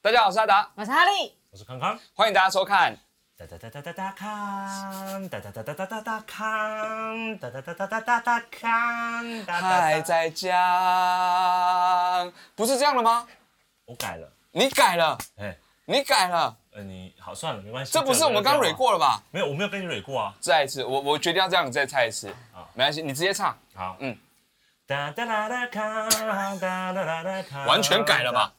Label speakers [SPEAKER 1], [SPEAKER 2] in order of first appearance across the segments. [SPEAKER 1] 大家好，我是阿达，
[SPEAKER 2] 我是哈利，
[SPEAKER 3] 我是康康，
[SPEAKER 1] 欢迎大家收看。
[SPEAKER 3] 哒哒哒哒哒哒康，哒哒哒哒哒哒哒康，哒哒哒哒哒哒哒康，哒
[SPEAKER 1] 还
[SPEAKER 3] 哒哒。
[SPEAKER 1] 在讲，不是这样的吗？
[SPEAKER 3] 我改了，
[SPEAKER 1] 你改了，
[SPEAKER 3] 哎，
[SPEAKER 1] 你改了，
[SPEAKER 3] 呃，你好，算了，没关系。
[SPEAKER 1] 这不是我们刚
[SPEAKER 3] 没
[SPEAKER 1] 蕊
[SPEAKER 3] 有必要啊？
[SPEAKER 1] 过了吧？
[SPEAKER 3] 没有，我没有跟你蕊过啊。
[SPEAKER 1] 再一次，我我决定要这样，你再猜一次。没关系，你直接唱，
[SPEAKER 3] 好，
[SPEAKER 1] 嗯
[SPEAKER 3] 嗯。哒哒哒哒康，哒哒哒哒康。
[SPEAKER 1] 完全改了 吧？？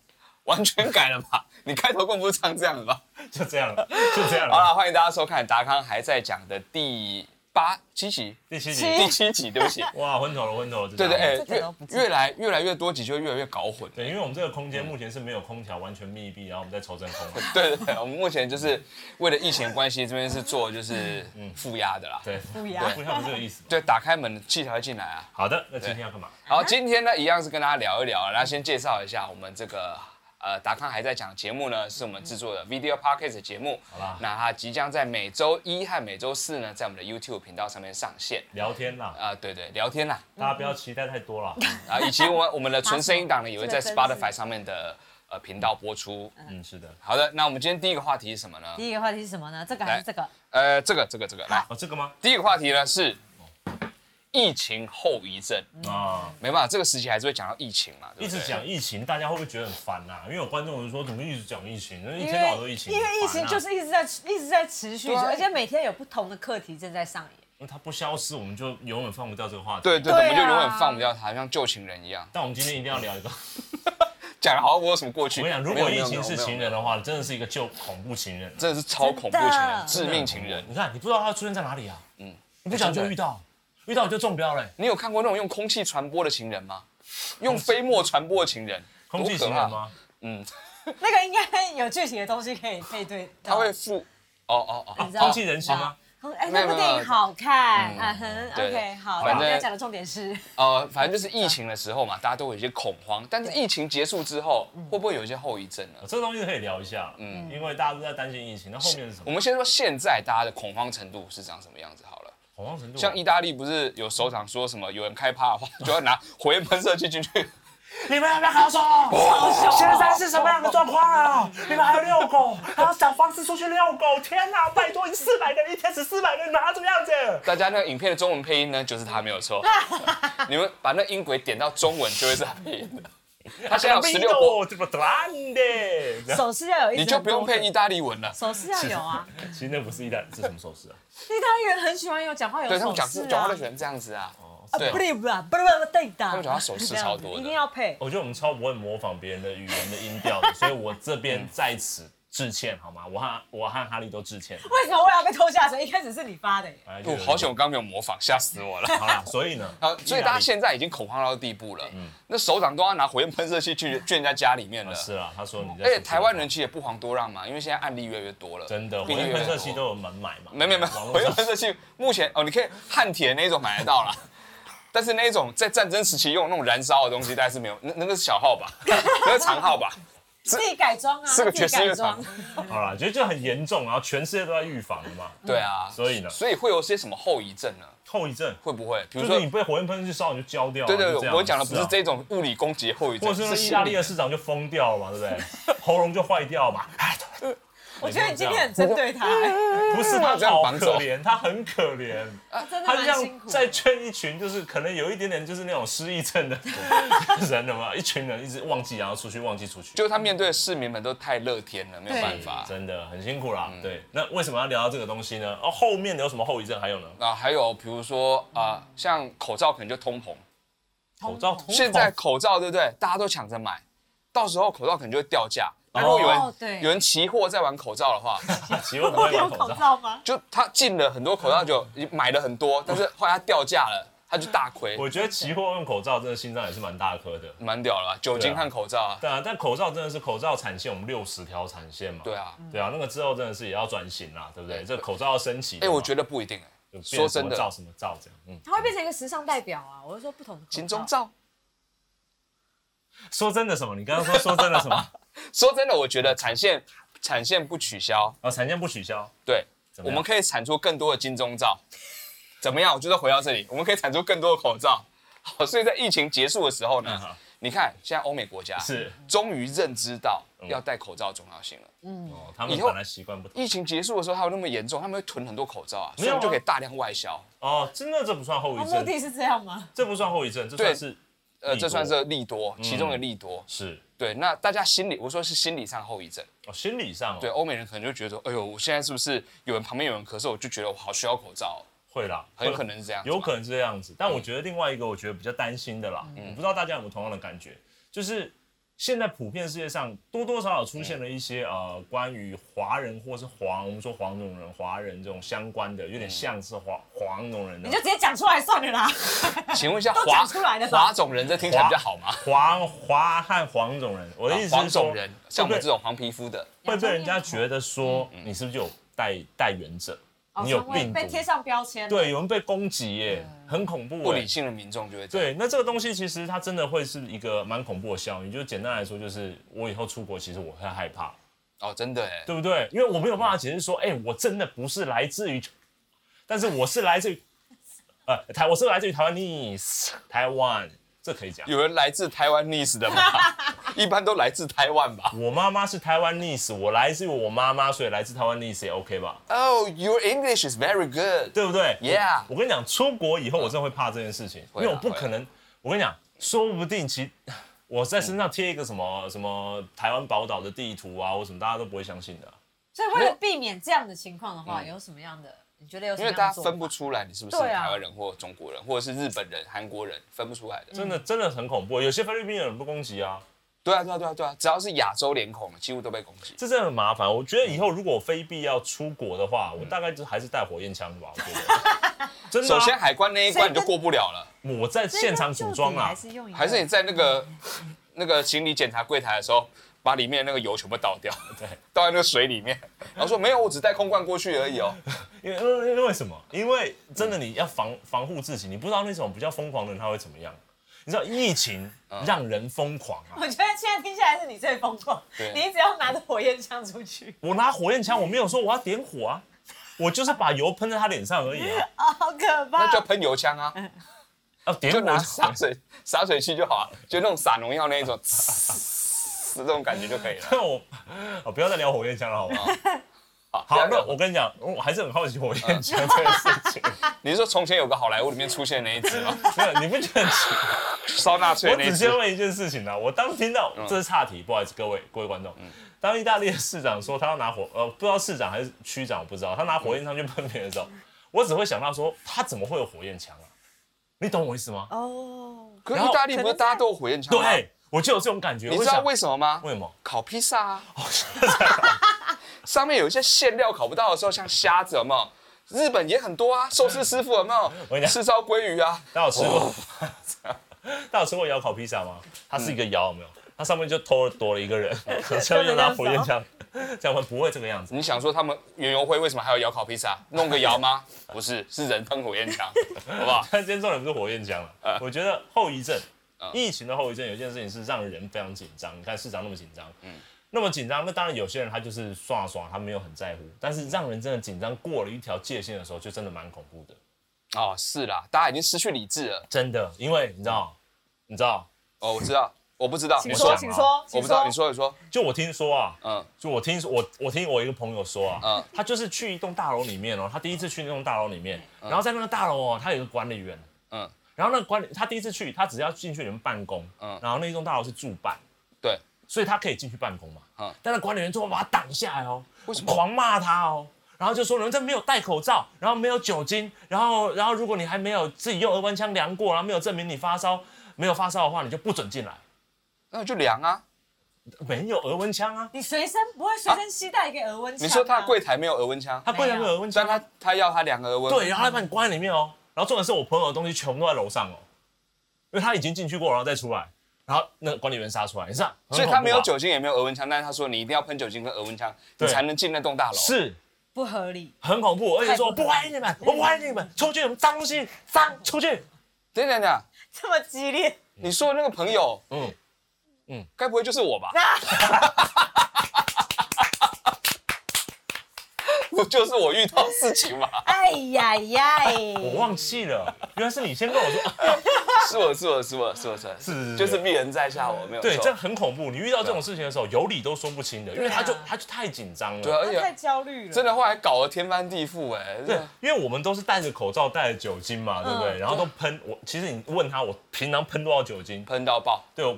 [SPEAKER 1] 完全改了吧？你开头更不是唱这样的吧？
[SPEAKER 3] 就这样了， 就这样
[SPEAKER 1] 好了，
[SPEAKER 3] 了。
[SPEAKER 1] 欢迎大家收看达康还在讲的第八七集，
[SPEAKER 3] 第七
[SPEAKER 2] 七
[SPEAKER 3] 集，
[SPEAKER 1] 第七集，对不起，
[SPEAKER 3] 哇，昏头了，昏头 了。
[SPEAKER 1] 对对，哎
[SPEAKER 3] 哎。、
[SPEAKER 2] 这个都不记
[SPEAKER 1] 越越
[SPEAKER 2] 得
[SPEAKER 1] 来越来越多集就会越来越搞混。
[SPEAKER 3] 对，因为我们这个空间目前是没有空调，完全密闭，然后我们在抽真空 嘛。
[SPEAKER 1] 对对对，我们目前就是为了疫情关系，这边是做就是负压的啦。
[SPEAKER 3] 对，
[SPEAKER 2] 不一样
[SPEAKER 3] 不像是这个意思嘛。
[SPEAKER 1] 对，打开门气才会进来啊。
[SPEAKER 3] 好的，那今天要干嘛？
[SPEAKER 2] 嗯
[SPEAKER 1] 好，今天呢一样是跟大家聊一聊，然后先介绍一下我们这个呃达康还在讲节目呢，是我们制作的
[SPEAKER 2] 嗯
[SPEAKER 1] Video Podcast 的节目。
[SPEAKER 3] 好啦
[SPEAKER 1] 那它即将在每周一和每周四呢，在我们的 YouTube 频道上面上线。
[SPEAKER 3] 聊天啦，
[SPEAKER 1] 啊、对对，聊天啦，
[SPEAKER 3] 大家不要期待太多了。
[SPEAKER 1] 啊，以及我们我们的纯声音档呢，也会在
[SPEAKER 2] 这个真是
[SPEAKER 1] Spotify 上面的呃频道播出。
[SPEAKER 3] 嗯，是的。
[SPEAKER 1] 好的，那我们今天第一个话题是什么呢？
[SPEAKER 2] 第一个话题是什么呢？这个还
[SPEAKER 1] 来
[SPEAKER 2] 是这个？
[SPEAKER 1] 呃，这个这个这个，来，
[SPEAKER 3] 哦，这个吗？
[SPEAKER 1] 第一个话题呢是疫情后遗症。
[SPEAKER 3] 啊，
[SPEAKER 1] 没办法，这个时期还是会讲到疫情嘛，对
[SPEAKER 3] 一
[SPEAKER 1] 不对
[SPEAKER 3] 直讲疫情，大家会不会觉得很烦呐？因为有观众就说，怎么一直讲疫情？那一
[SPEAKER 2] 因
[SPEAKER 3] 天到晚都
[SPEAKER 2] 为
[SPEAKER 3] 疫情，
[SPEAKER 2] 因为疫
[SPEAKER 3] 很
[SPEAKER 2] 情
[SPEAKER 3] 烦啊
[SPEAKER 2] 就是一直在一直在持续
[SPEAKER 1] 对
[SPEAKER 2] 着，
[SPEAKER 1] 啊
[SPEAKER 2] 而且每天有不同的课题正在上演。
[SPEAKER 3] 那它不消失，我们就永远放不掉这个话题。
[SPEAKER 1] 对对，
[SPEAKER 2] 对啊
[SPEAKER 1] 我们就永远放不掉它，像旧情人一样，
[SPEAKER 3] 但我们今天一定要聊 一个，
[SPEAKER 1] 讲的好像我有什么过
[SPEAKER 3] 我
[SPEAKER 1] 去。
[SPEAKER 3] 跟你讲，如
[SPEAKER 1] 没有
[SPEAKER 3] 果
[SPEAKER 1] 没
[SPEAKER 3] 疫
[SPEAKER 1] 有
[SPEAKER 3] 情是
[SPEAKER 1] 没有
[SPEAKER 3] 情
[SPEAKER 1] 没有
[SPEAKER 3] 人的话，真的是一个旧恐怖情人，
[SPEAKER 1] 真的是超恐怖情
[SPEAKER 2] 真
[SPEAKER 1] 人，
[SPEAKER 2] 的
[SPEAKER 1] 致命情人。
[SPEAKER 3] 你看，你不知道他出现在哪里啊？嗯，你不想就遇到，遇到你就中标嘞。
[SPEAKER 1] 你有看过那种用空气传播的情人吗？用飞沫传播的情人，
[SPEAKER 3] 空气情
[SPEAKER 1] 多可
[SPEAKER 3] 人
[SPEAKER 1] 怕？
[SPEAKER 3] 吗？
[SPEAKER 1] 嗯，
[SPEAKER 2] 那个应该有具体的东西可以配对
[SPEAKER 1] 他
[SPEAKER 2] 到。
[SPEAKER 1] 会附，哦哦哦，
[SPEAKER 2] 你知道
[SPEAKER 3] 空气人形吗？
[SPEAKER 2] 空哎，
[SPEAKER 1] 没有
[SPEAKER 2] 那部电
[SPEAKER 1] 没有
[SPEAKER 2] 影好看，嗯哼
[SPEAKER 1] 对
[SPEAKER 2] ，OK，好。
[SPEAKER 1] 反
[SPEAKER 2] 那我们
[SPEAKER 1] 正
[SPEAKER 2] 要讲的重点是，
[SPEAKER 1] 呃，反正就是疫情的时候嘛，大家都会有一些恐慌。但是疫情结束之后，会不会有一些后遗症呢？
[SPEAKER 3] 啊这个东西可以聊一下，嗯，因为大家都在担心疫情，那后面是什
[SPEAKER 1] 我
[SPEAKER 3] 么？
[SPEAKER 1] 们先说现在大家的恐慌程度是长什么样子好了。
[SPEAKER 3] 恐慌程度啊
[SPEAKER 1] 像意大利不是有首长说什么有人开趴的话，就要拿火焰喷射器进 去。
[SPEAKER 3] 你们要不要搞手？现在是什么样的状况啊？你们还要遛狗，还要找方式出去遛狗？天哪、拜托，你四百个人一天死四百个人，哪这个样子？
[SPEAKER 1] 大家那个影片的中文配音呢，就是他没有 错。你们把那音轨点到中文，就会是他配音的。他现在有
[SPEAKER 3] 啊
[SPEAKER 1] 十六国，
[SPEAKER 3] 怎么断的？
[SPEAKER 2] 手势要有一直
[SPEAKER 1] 你就不用
[SPEAKER 2] 很多个
[SPEAKER 1] 配意大利文了。
[SPEAKER 2] 手势要有啊。
[SPEAKER 3] 其实那不是一代，是什么手势啊？
[SPEAKER 2] 意大利人很喜欢有讲话有
[SPEAKER 1] 对他
[SPEAKER 2] 手
[SPEAKER 1] 们讲
[SPEAKER 2] 势
[SPEAKER 1] 讲话
[SPEAKER 2] 啊
[SPEAKER 1] 都。喜欢这样子啊。
[SPEAKER 3] 哦
[SPEAKER 2] 啊
[SPEAKER 1] 对
[SPEAKER 2] 不对不对不对不对的，他
[SPEAKER 1] 们讲话手势超多的
[SPEAKER 2] 一定要配。
[SPEAKER 3] 我觉得我们超不会模仿别人的语言的音调的，所以我这边在此致歉，好吗？我和我和哈利都致歉。
[SPEAKER 2] 为什么我要被偷下水？一开始是你发的耶，
[SPEAKER 3] 哎
[SPEAKER 1] 我哦好险，我。刚刚没有模仿，吓死我 了。
[SPEAKER 3] 好啦，所以呢，
[SPEAKER 1] 好，所以大家现在已经恐慌到地步了。
[SPEAKER 3] 嗯
[SPEAKER 1] 那首长都要拿火焰喷射器去圈人家家里面了。
[SPEAKER 3] 哦是啊啦，他说你在，
[SPEAKER 1] 而且哎台湾人其实也不遑多让嘛，因为现在案例越来越多了，
[SPEAKER 3] 真的，火
[SPEAKER 1] 病例
[SPEAKER 3] 焰
[SPEAKER 1] 越来
[SPEAKER 3] 喷
[SPEAKER 1] 越
[SPEAKER 3] 射器
[SPEAKER 1] 多
[SPEAKER 3] 都有门买嘛？
[SPEAKER 1] 没有没有没有，
[SPEAKER 3] 网
[SPEAKER 1] 火
[SPEAKER 3] 络
[SPEAKER 1] 焰
[SPEAKER 3] 上
[SPEAKER 1] 喷射器目前哦，你可以焊铁那一种买得到啦。但是那一种在战争时期用那种燃烧的东西，大概是没有，那那个是小号吧，那个长号吧，
[SPEAKER 2] 自己改装啊，
[SPEAKER 1] 是个爵
[SPEAKER 2] 自己
[SPEAKER 1] 士乐
[SPEAKER 2] 改
[SPEAKER 1] 团
[SPEAKER 2] 装。
[SPEAKER 3] 好啦，觉得这很严重，然后全世界都在预防了嘛。
[SPEAKER 1] 对啊，
[SPEAKER 3] 所以呢
[SPEAKER 1] 所以会有些什么后遗症呢？
[SPEAKER 3] 后遗症
[SPEAKER 1] 会不会，比
[SPEAKER 3] 就
[SPEAKER 1] 如说
[SPEAKER 3] 是，你被火焰喷射器烧，你就焦掉了。啊
[SPEAKER 1] 对对
[SPEAKER 3] 就这
[SPEAKER 1] 对，
[SPEAKER 3] 样
[SPEAKER 1] 我讲的不是，
[SPEAKER 3] 啊
[SPEAKER 1] 这种物理攻击的后遗
[SPEAKER 3] 或
[SPEAKER 1] 症，
[SPEAKER 3] 者是意
[SPEAKER 1] 心
[SPEAKER 3] 大
[SPEAKER 1] 理
[SPEAKER 3] 利的市长就疯掉了嘛，对不对？喉咙就坏掉嘛。 哎
[SPEAKER 2] 我觉得你今天很针对他，哎
[SPEAKER 3] 不是
[SPEAKER 1] 他
[SPEAKER 3] 他
[SPEAKER 1] 这样
[SPEAKER 3] 好
[SPEAKER 1] 绑走
[SPEAKER 3] 可怜，他很可怜，
[SPEAKER 2] 他真的
[SPEAKER 3] 他就
[SPEAKER 2] 蛮辛苦
[SPEAKER 3] 像
[SPEAKER 2] 的。
[SPEAKER 3] 在劝一群就是可能有一点点就是那种失忆症的 人了嘛，一群人一直忘记，然后出去忘记出去，
[SPEAKER 1] 就是他面对的市民们都太乐天了，没有
[SPEAKER 2] 对
[SPEAKER 1] 办法。
[SPEAKER 3] 真的很辛苦啦。
[SPEAKER 1] 嗯
[SPEAKER 3] 对，那为什么要聊到这个东西呢？哦，后面有什么后遗症？还有呢？
[SPEAKER 1] 啊，还有比如说啊、像口罩可能就通膨，
[SPEAKER 3] 口罩通
[SPEAKER 1] 现在口罩对不对？大家都抢着买，到时候口罩可能就会掉价。那如果有人、
[SPEAKER 2] 哦对
[SPEAKER 1] 有人期货在玩口罩的话，
[SPEAKER 3] 其实我不
[SPEAKER 2] 我
[SPEAKER 3] 会
[SPEAKER 2] 有
[SPEAKER 3] 玩
[SPEAKER 2] 口
[SPEAKER 3] 口罩。
[SPEAKER 2] 罩吗？
[SPEAKER 1] 就他进了很多口罩，就买了很多，但是后来他掉价了，他就大亏，
[SPEAKER 3] 嗯我觉得期货用口罩真的心脏也是蛮大颗的。
[SPEAKER 1] 蛮屌了吧？酒精
[SPEAKER 3] 对啊
[SPEAKER 1] 和口罩啊，
[SPEAKER 3] 对啊，但口罩真的是口罩产线，我们六十条产线嘛。
[SPEAKER 1] 对啊。
[SPEAKER 3] 对啊，那个之后真的是也要转型啦，对不对？这口罩要升级。
[SPEAKER 1] 哎，我觉
[SPEAKER 3] 得
[SPEAKER 1] 得不一定哎、说
[SPEAKER 3] 说
[SPEAKER 1] 真
[SPEAKER 3] 真的，
[SPEAKER 1] 的
[SPEAKER 3] 罩，什么罩这样，嗯，
[SPEAKER 2] 他会变成一个时尚代表啊！我是说不同的口罩
[SPEAKER 1] 行中，照。
[SPEAKER 3] 说真的什么？你刚刚说说真的什么？
[SPEAKER 1] 说真的，我觉得产线产线不取消，
[SPEAKER 3] 啊，产线不取消，
[SPEAKER 1] 对，
[SPEAKER 3] 怎么
[SPEAKER 1] 我
[SPEAKER 3] 样
[SPEAKER 1] 们可以产出更多的金钟罩。怎么样？我就再回到这里，我们可以产出更多的口罩。好，所以在疫情结束的时候呢，
[SPEAKER 3] 嗯好
[SPEAKER 1] 你看现在欧美国家
[SPEAKER 3] 是嗯
[SPEAKER 1] 终于认知到要戴口罩的重要性了。
[SPEAKER 3] 哦，他们
[SPEAKER 1] 以后
[SPEAKER 3] 本来习惯不同。
[SPEAKER 1] 疫情结束的时候还有那么严重，他们会囤很多口罩啊，所
[SPEAKER 3] 没
[SPEAKER 1] 以
[SPEAKER 3] 有
[SPEAKER 1] 他
[SPEAKER 3] 啊
[SPEAKER 1] 们就可以大量外销。
[SPEAKER 3] 哦，真的这不算后
[SPEAKER 2] 他
[SPEAKER 3] 遗
[SPEAKER 2] 目
[SPEAKER 3] 症，
[SPEAKER 2] 的是这样吗？
[SPEAKER 3] 这不算后遗症，这
[SPEAKER 1] 对
[SPEAKER 3] 算是
[SPEAKER 1] 呃，
[SPEAKER 3] 利多嗯
[SPEAKER 1] 这算是利多，其中的利多。
[SPEAKER 3] 是
[SPEAKER 1] 对，那大家心理，我说是心理上后遗症。
[SPEAKER 3] 哦，心理上哦
[SPEAKER 1] 对，欧啊美人可能就觉得，哎呦，我现在是不是有人旁边有人咳嗽，我就觉得我好需要口罩哦，
[SPEAKER 3] 会啦，
[SPEAKER 1] 很有
[SPEAKER 3] 会
[SPEAKER 1] 可能是这样子吧。嗯
[SPEAKER 3] 有可能是这样子。但我觉得另外一个，我觉得比较担心的啦，我不知道大家有没有同样的感觉，就是现在普遍世界上多多少少出现了一些、
[SPEAKER 1] 嗯
[SPEAKER 3] 呃关于华人或是黄，我们说黄种人、华人这种相关的，
[SPEAKER 1] 嗯
[SPEAKER 3] 有点像是黄、黄种人的
[SPEAKER 2] 你就直接讲出来算了啦。
[SPEAKER 1] 请问一下
[SPEAKER 2] 都
[SPEAKER 1] 华
[SPEAKER 2] 讲出来了吧
[SPEAKER 1] 华种人，这听起来比较好吗？
[SPEAKER 3] 黄华和黄种人。我的意思是说，
[SPEAKER 1] 啊黄种人，像我
[SPEAKER 3] 会
[SPEAKER 1] 们
[SPEAKER 3] 被
[SPEAKER 1] 这种嗯黄皮肤的，
[SPEAKER 3] 会被人家觉得说你是不是有带带源者，你有
[SPEAKER 2] 哦会
[SPEAKER 3] 病毒
[SPEAKER 2] 被，贴上标签。
[SPEAKER 3] 对，，有人被攻击耶，很恐怖
[SPEAKER 1] 嗯不
[SPEAKER 3] 耶
[SPEAKER 1] 理。性的民众就会这样。
[SPEAKER 3] 对，那这个东西其实它真的会是一个蛮恐怖的效应。就简单来说，就是我以后出国，其实我会害怕，
[SPEAKER 1] 哦，真的哎，
[SPEAKER 3] 对不对？因为我没有办法解释说，哎、我真的不是来自于，但是我是来自于，呃，台我是来自于台湾 nice 台湾，这可以讲。
[SPEAKER 1] 有人来自台湾 Nice 的吗？一般都来自台湾吧。
[SPEAKER 3] 我妈妈是台湾 nice，我来自于我妈妈，所以来自台湾 nice 也 OK 吧？
[SPEAKER 1] Oh, your English is very good。
[SPEAKER 3] 对不对
[SPEAKER 1] Yeah
[SPEAKER 3] 我我跟你讲，出国以后我真的会怕这件事情，因
[SPEAKER 1] 会啊
[SPEAKER 3] 为我不可能。我跟你讲，说不定其我在身上贴一个什么、什么台湾宝岛的地图啊，或什么，大家都不会相信的啊、
[SPEAKER 2] 所以为了避免这样的情况的话，有什么样的？你觉得有什
[SPEAKER 1] 因为
[SPEAKER 2] 么样
[SPEAKER 1] 大
[SPEAKER 2] 的
[SPEAKER 1] 家
[SPEAKER 2] 做法？
[SPEAKER 1] 分不出来你是不是
[SPEAKER 2] 对啊
[SPEAKER 1] 台湾人或中国人，或者是日本人、韩国人，分不出来的。
[SPEAKER 3] 真的真的很恐怖。有些菲律宾人不攻击啊，
[SPEAKER 1] 对啊，对啊，对啊，对啊，只要是亚洲脸孔的，几乎都被攻击。
[SPEAKER 3] 这真的很麻烦。我觉得以后如果我非必要出国的话，我大概就还是带火焰枪吧。我觉得， 真的、
[SPEAKER 1] 首
[SPEAKER 3] 啊，
[SPEAKER 1] 先海关那一关你就过不了了，
[SPEAKER 3] 我在现场组装
[SPEAKER 2] 还
[SPEAKER 3] 啊，
[SPEAKER 2] 是用一个
[SPEAKER 1] 还是你在那个那个行李检查柜台的时候，把里面那个油全部倒掉，
[SPEAKER 3] 对，
[SPEAKER 1] 倒在那个水里面，然后说没有，我只带空罐过去而已 哦。
[SPEAKER 3] 因为因为因为什么？因为真的你要防防护自己，你不知道那种比较疯狂的人他会怎么样。你知道疫情
[SPEAKER 1] 嗯
[SPEAKER 3] 让人疯狂啊！
[SPEAKER 2] 我觉得现在听起来是你最疯狂，
[SPEAKER 1] 对
[SPEAKER 2] 你只要拿着火焰枪出去，
[SPEAKER 3] 我拿火焰枪，我没有说我要点火啊，我就是把油喷在他脸上而已啊。
[SPEAKER 2] 啊，好可
[SPEAKER 1] 那
[SPEAKER 2] 怕！
[SPEAKER 1] 就喷油枪啊，
[SPEAKER 3] 哎要点
[SPEAKER 1] 就
[SPEAKER 3] 火
[SPEAKER 1] 拿洒水洒水器就好了，就那种洒农药那一种，这种感觉就可以 了。
[SPEAKER 3] 那 我哦，不要再聊火焰枪了，好不 好？
[SPEAKER 1] 好，不要聊
[SPEAKER 3] 好，
[SPEAKER 1] 嗯
[SPEAKER 3] 那我跟你讲，我还是很好奇火焰枪这个事情。
[SPEAKER 1] 你是说从前有个好莱坞里面出现的那一只吗？
[SPEAKER 3] 没有，你不觉得很奇怪？
[SPEAKER 1] 烧纳粹
[SPEAKER 3] 我
[SPEAKER 1] 的那一
[SPEAKER 3] 只
[SPEAKER 1] 只
[SPEAKER 3] 先？问一件事情 啊，我当听
[SPEAKER 1] 嗯
[SPEAKER 3] 到这是岔题，不好意思各位各位观众，当意大利的市长说他要拿火呃不知道市长还是区长我不知道，他拿火焰枪去喷别人的时候，
[SPEAKER 1] 嗯
[SPEAKER 3] 我只会想到说他怎么会有火焰枪啊？你懂我意思吗？
[SPEAKER 2] 哦，
[SPEAKER 1] 可是
[SPEAKER 3] 然
[SPEAKER 1] 意
[SPEAKER 3] 后
[SPEAKER 1] 大利不是大家都有火焰枪吗？，
[SPEAKER 3] 对，我就有这种感觉。
[SPEAKER 1] 你
[SPEAKER 3] 我
[SPEAKER 1] 知
[SPEAKER 3] 就
[SPEAKER 1] 道
[SPEAKER 3] 想
[SPEAKER 1] 为什么吗？
[SPEAKER 3] 为什么？
[SPEAKER 1] 烤披萨啊，
[SPEAKER 2] 哦
[SPEAKER 1] 上面有一些馅料烤不到的时候，像虾子有没有？日本也很多啊，寿司师傅有没
[SPEAKER 3] 跟
[SPEAKER 1] 有？
[SPEAKER 3] 你讲
[SPEAKER 1] 吃烧鲑鱼啊，
[SPEAKER 3] 大家有吃过？
[SPEAKER 1] 哦
[SPEAKER 3] 大家有吃过窑烤披萨吗？它是一个窑，有没有？它上面就偷了多了一个人，
[SPEAKER 1] 嗯
[SPEAKER 3] 然后又拿火
[SPEAKER 1] 哦
[SPEAKER 3] 焰枪，这样我们不会这个样子。
[SPEAKER 1] 你想说他们园游会为什么还要窑烤披萨？弄个窑 吗？不是，是人喷火焰枪，好不好？
[SPEAKER 3] 但今天重点不是火焰枪了，我觉得后遗症，疫情的后遗症有一件事情是让人非常紧张。你看市长那么紧张，那么紧张，那当然有些人他就是爽啊爽啊，他没有很在乎。但是让人真的紧张过了一条界限的时候，就真的蛮恐怖的，
[SPEAKER 1] 哦，是啦，大家已经失去理智了。
[SPEAKER 3] 真的，因为你知道，你知道，
[SPEAKER 1] 哦，我知道，我不知道，
[SPEAKER 2] 请
[SPEAKER 1] 你
[SPEAKER 3] 我
[SPEAKER 2] 说，
[SPEAKER 3] 想
[SPEAKER 2] 请
[SPEAKER 3] 啊
[SPEAKER 2] 说，
[SPEAKER 1] 我
[SPEAKER 2] 请
[SPEAKER 1] 不知道，你说，你说，
[SPEAKER 3] 就我听说啊，
[SPEAKER 1] 嗯，
[SPEAKER 3] 就我听说我我听我一个朋友说啊，
[SPEAKER 1] 嗯
[SPEAKER 3] 他就是去一栋大楼里面哦，他第一次去那栋大楼里面，然后在那个大楼哦，他有一个管理员，
[SPEAKER 1] 嗯
[SPEAKER 3] 嗯，然后那个管理他第一次去，他只要进去里面办公，
[SPEAKER 1] 嗯
[SPEAKER 3] 嗯，然后那一栋大楼是住办，
[SPEAKER 1] 对，
[SPEAKER 3] 所以他可以进去办公嘛，
[SPEAKER 1] 嗯
[SPEAKER 3] 嗯，但是管理员最后把他挡下来哦，
[SPEAKER 1] 为什么
[SPEAKER 3] 狂骂他哦？然后就说你们这没有戴口罩，然后没有酒精，然后然后如果你还没有自己用额温枪量过，然后没有证明你发烧，没有发烧的话，你就不准进来。
[SPEAKER 1] 那就量啊。
[SPEAKER 3] 没有额温枪啊，
[SPEAKER 2] 你随身不会随身携带一个额温枪、啊
[SPEAKER 1] 你说他的柜台没有额温枪，
[SPEAKER 3] 他柜台没有额温枪
[SPEAKER 1] 但
[SPEAKER 3] 啊。
[SPEAKER 1] 他他要他量额温，
[SPEAKER 3] 对，，然后他把你关在里面哦。然后重点是我朋友的东西全部都在楼上哦，因为他已经进去过，然后再出来，然后那个管理员杀出来，你知道？
[SPEAKER 1] 所以他没有
[SPEAKER 3] 很恐怖啊，
[SPEAKER 1] 酒精也没有额温枪，但是他说你一定要喷酒精跟额温枪，你
[SPEAKER 3] 对
[SPEAKER 1] 才能进那栋大楼。
[SPEAKER 3] 是
[SPEAKER 2] 不合理，
[SPEAKER 3] 很恐怖，而且说我不欢迎你们，我不欢迎你们，出去，你们脏东西，脏，出去。
[SPEAKER 1] 等一下等一下，
[SPEAKER 2] 这么激烈，
[SPEAKER 1] 你说的那个朋友，嗯
[SPEAKER 3] 嗯
[SPEAKER 1] 嗯
[SPEAKER 3] 嗯，
[SPEAKER 1] 该不会就是我吧？ 不就是我遇到 事情嘛？
[SPEAKER 2] 哎呀呀！
[SPEAKER 3] 我忘记了，原来是你先跟我说，
[SPEAKER 1] 是我是我是我是我是我，
[SPEAKER 3] 是是
[SPEAKER 1] 就是鄙人在下我没有
[SPEAKER 3] 对，
[SPEAKER 1] 错啊
[SPEAKER 3] 这很恐怖。你遇到这种事情的时候，有理都说不清的，因为他就他就太紧张了。
[SPEAKER 1] 对啊，而
[SPEAKER 2] 他太
[SPEAKER 1] 且
[SPEAKER 2] 焦虑了，
[SPEAKER 1] 真的后来搞得天翻地覆哎，
[SPEAKER 3] 对，因为我们都是戴着口罩、戴着酒精嘛，对不嗯对？然后都喷我，其实你问他，我平常喷多少酒精？
[SPEAKER 1] 喷到爆，
[SPEAKER 3] 对，我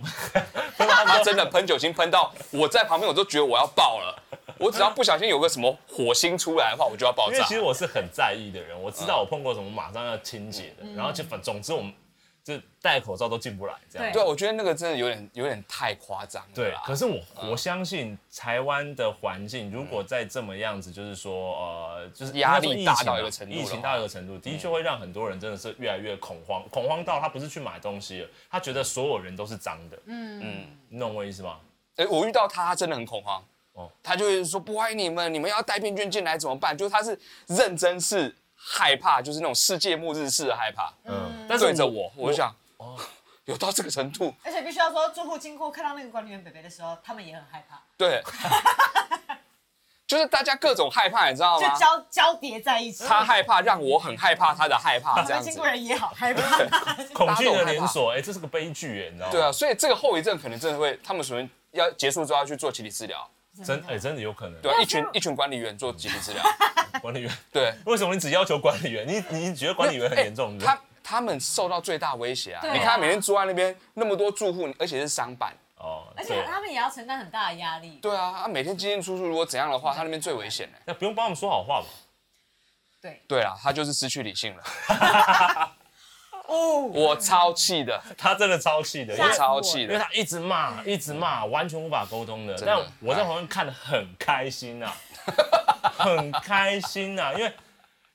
[SPEAKER 1] 他真的喷酒精喷到我在旁边我都觉得我要爆了，我只要不小心有个什么火星出来的话，我就要爆
[SPEAKER 3] 因为
[SPEAKER 1] 炸嗯
[SPEAKER 3] 其。实我是很在意的人，我知道我碰过什么马上要清洁的，然后就反总之我们就戴口罩都进不来这样。
[SPEAKER 1] 对，啊我觉得那个真的有点有点太夸张了
[SPEAKER 3] 对
[SPEAKER 1] 啦。，
[SPEAKER 3] 可是我
[SPEAKER 1] 嗯
[SPEAKER 3] 我相信台湾的环境，如果再这么样子，就是说，呃，就是
[SPEAKER 1] 压力
[SPEAKER 3] 应该说疫
[SPEAKER 1] 大
[SPEAKER 3] 情
[SPEAKER 1] 到
[SPEAKER 3] 啊
[SPEAKER 1] 一个程度的嗯
[SPEAKER 3] 疫情到一个程度，的确会让很多人真的是越来越恐慌，恐慌到他不是去买东西了，他觉得所有人都是脏的，嗯嗯，你懂我意思吗？
[SPEAKER 1] 哎、我遇到他，他真的很恐慌。
[SPEAKER 3] 哦
[SPEAKER 1] 他就会说不欢迎你们，你们要带病菌进来怎么办？就是他是认真是害怕，就是那种世界末日式的害怕。
[SPEAKER 3] 嗯，但
[SPEAKER 1] 但
[SPEAKER 3] 是
[SPEAKER 1] 对着我，我就想，哦， 有到这个程度，
[SPEAKER 2] 而且必须要说，住户经过看到那个管理员北北的时候，他们也很害怕，
[SPEAKER 1] 对， 就是大家各种害怕，你知道
[SPEAKER 2] 就
[SPEAKER 1] 吗？
[SPEAKER 2] 交交叠在一起。
[SPEAKER 1] 啊他害怕让我很害怕他的害怕，
[SPEAKER 2] 旁
[SPEAKER 1] 这样子
[SPEAKER 2] 边经。过人也好 害怕，
[SPEAKER 3] 恐惧的连锁，哎，这是个悲剧，哎，你知道吗？
[SPEAKER 1] 对啊，，所以这个后遗症可能真的会，他们属于要结束之后要去做集体治疗，
[SPEAKER 3] 真哎真的有可能，
[SPEAKER 1] 对啊，一啊群一群管理员做集体 治疗，
[SPEAKER 3] 管理员，
[SPEAKER 1] 对，
[SPEAKER 3] 为什么你只要求管理员？你你觉得管理员很严重？
[SPEAKER 1] 哎他他们受到最大威胁啊！
[SPEAKER 2] 对啊
[SPEAKER 1] 你看他每天住在那边，那么多住户，而且是商办，
[SPEAKER 3] 哦，
[SPEAKER 2] 而且
[SPEAKER 3] 对。
[SPEAKER 2] 他们也要承担很大的压力。
[SPEAKER 1] 对啊，他每天进进出出，如果怎样的话，他那边最危险呢。
[SPEAKER 3] 那不用帮我们说好话吧？
[SPEAKER 2] 对，
[SPEAKER 1] 对啊，他就是失去理性了，
[SPEAKER 2] 哦，
[SPEAKER 1] 我超气 的，
[SPEAKER 3] 他真的超气的，因
[SPEAKER 1] 啊我
[SPEAKER 2] 吓
[SPEAKER 3] 为
[SPEAKER 2] 死
[SPEAKER 1] 超气
[SPEAKER 3] 因为
[SPEAKER 1] 的。
[SPEAKER 3] 他一直骂，一直骂，完全无法沟通的。
[SPEAKER 1] 嗯真的哎
[SPEAKER 3] 但我在旁边看得很开心啊， 很开心啊，因为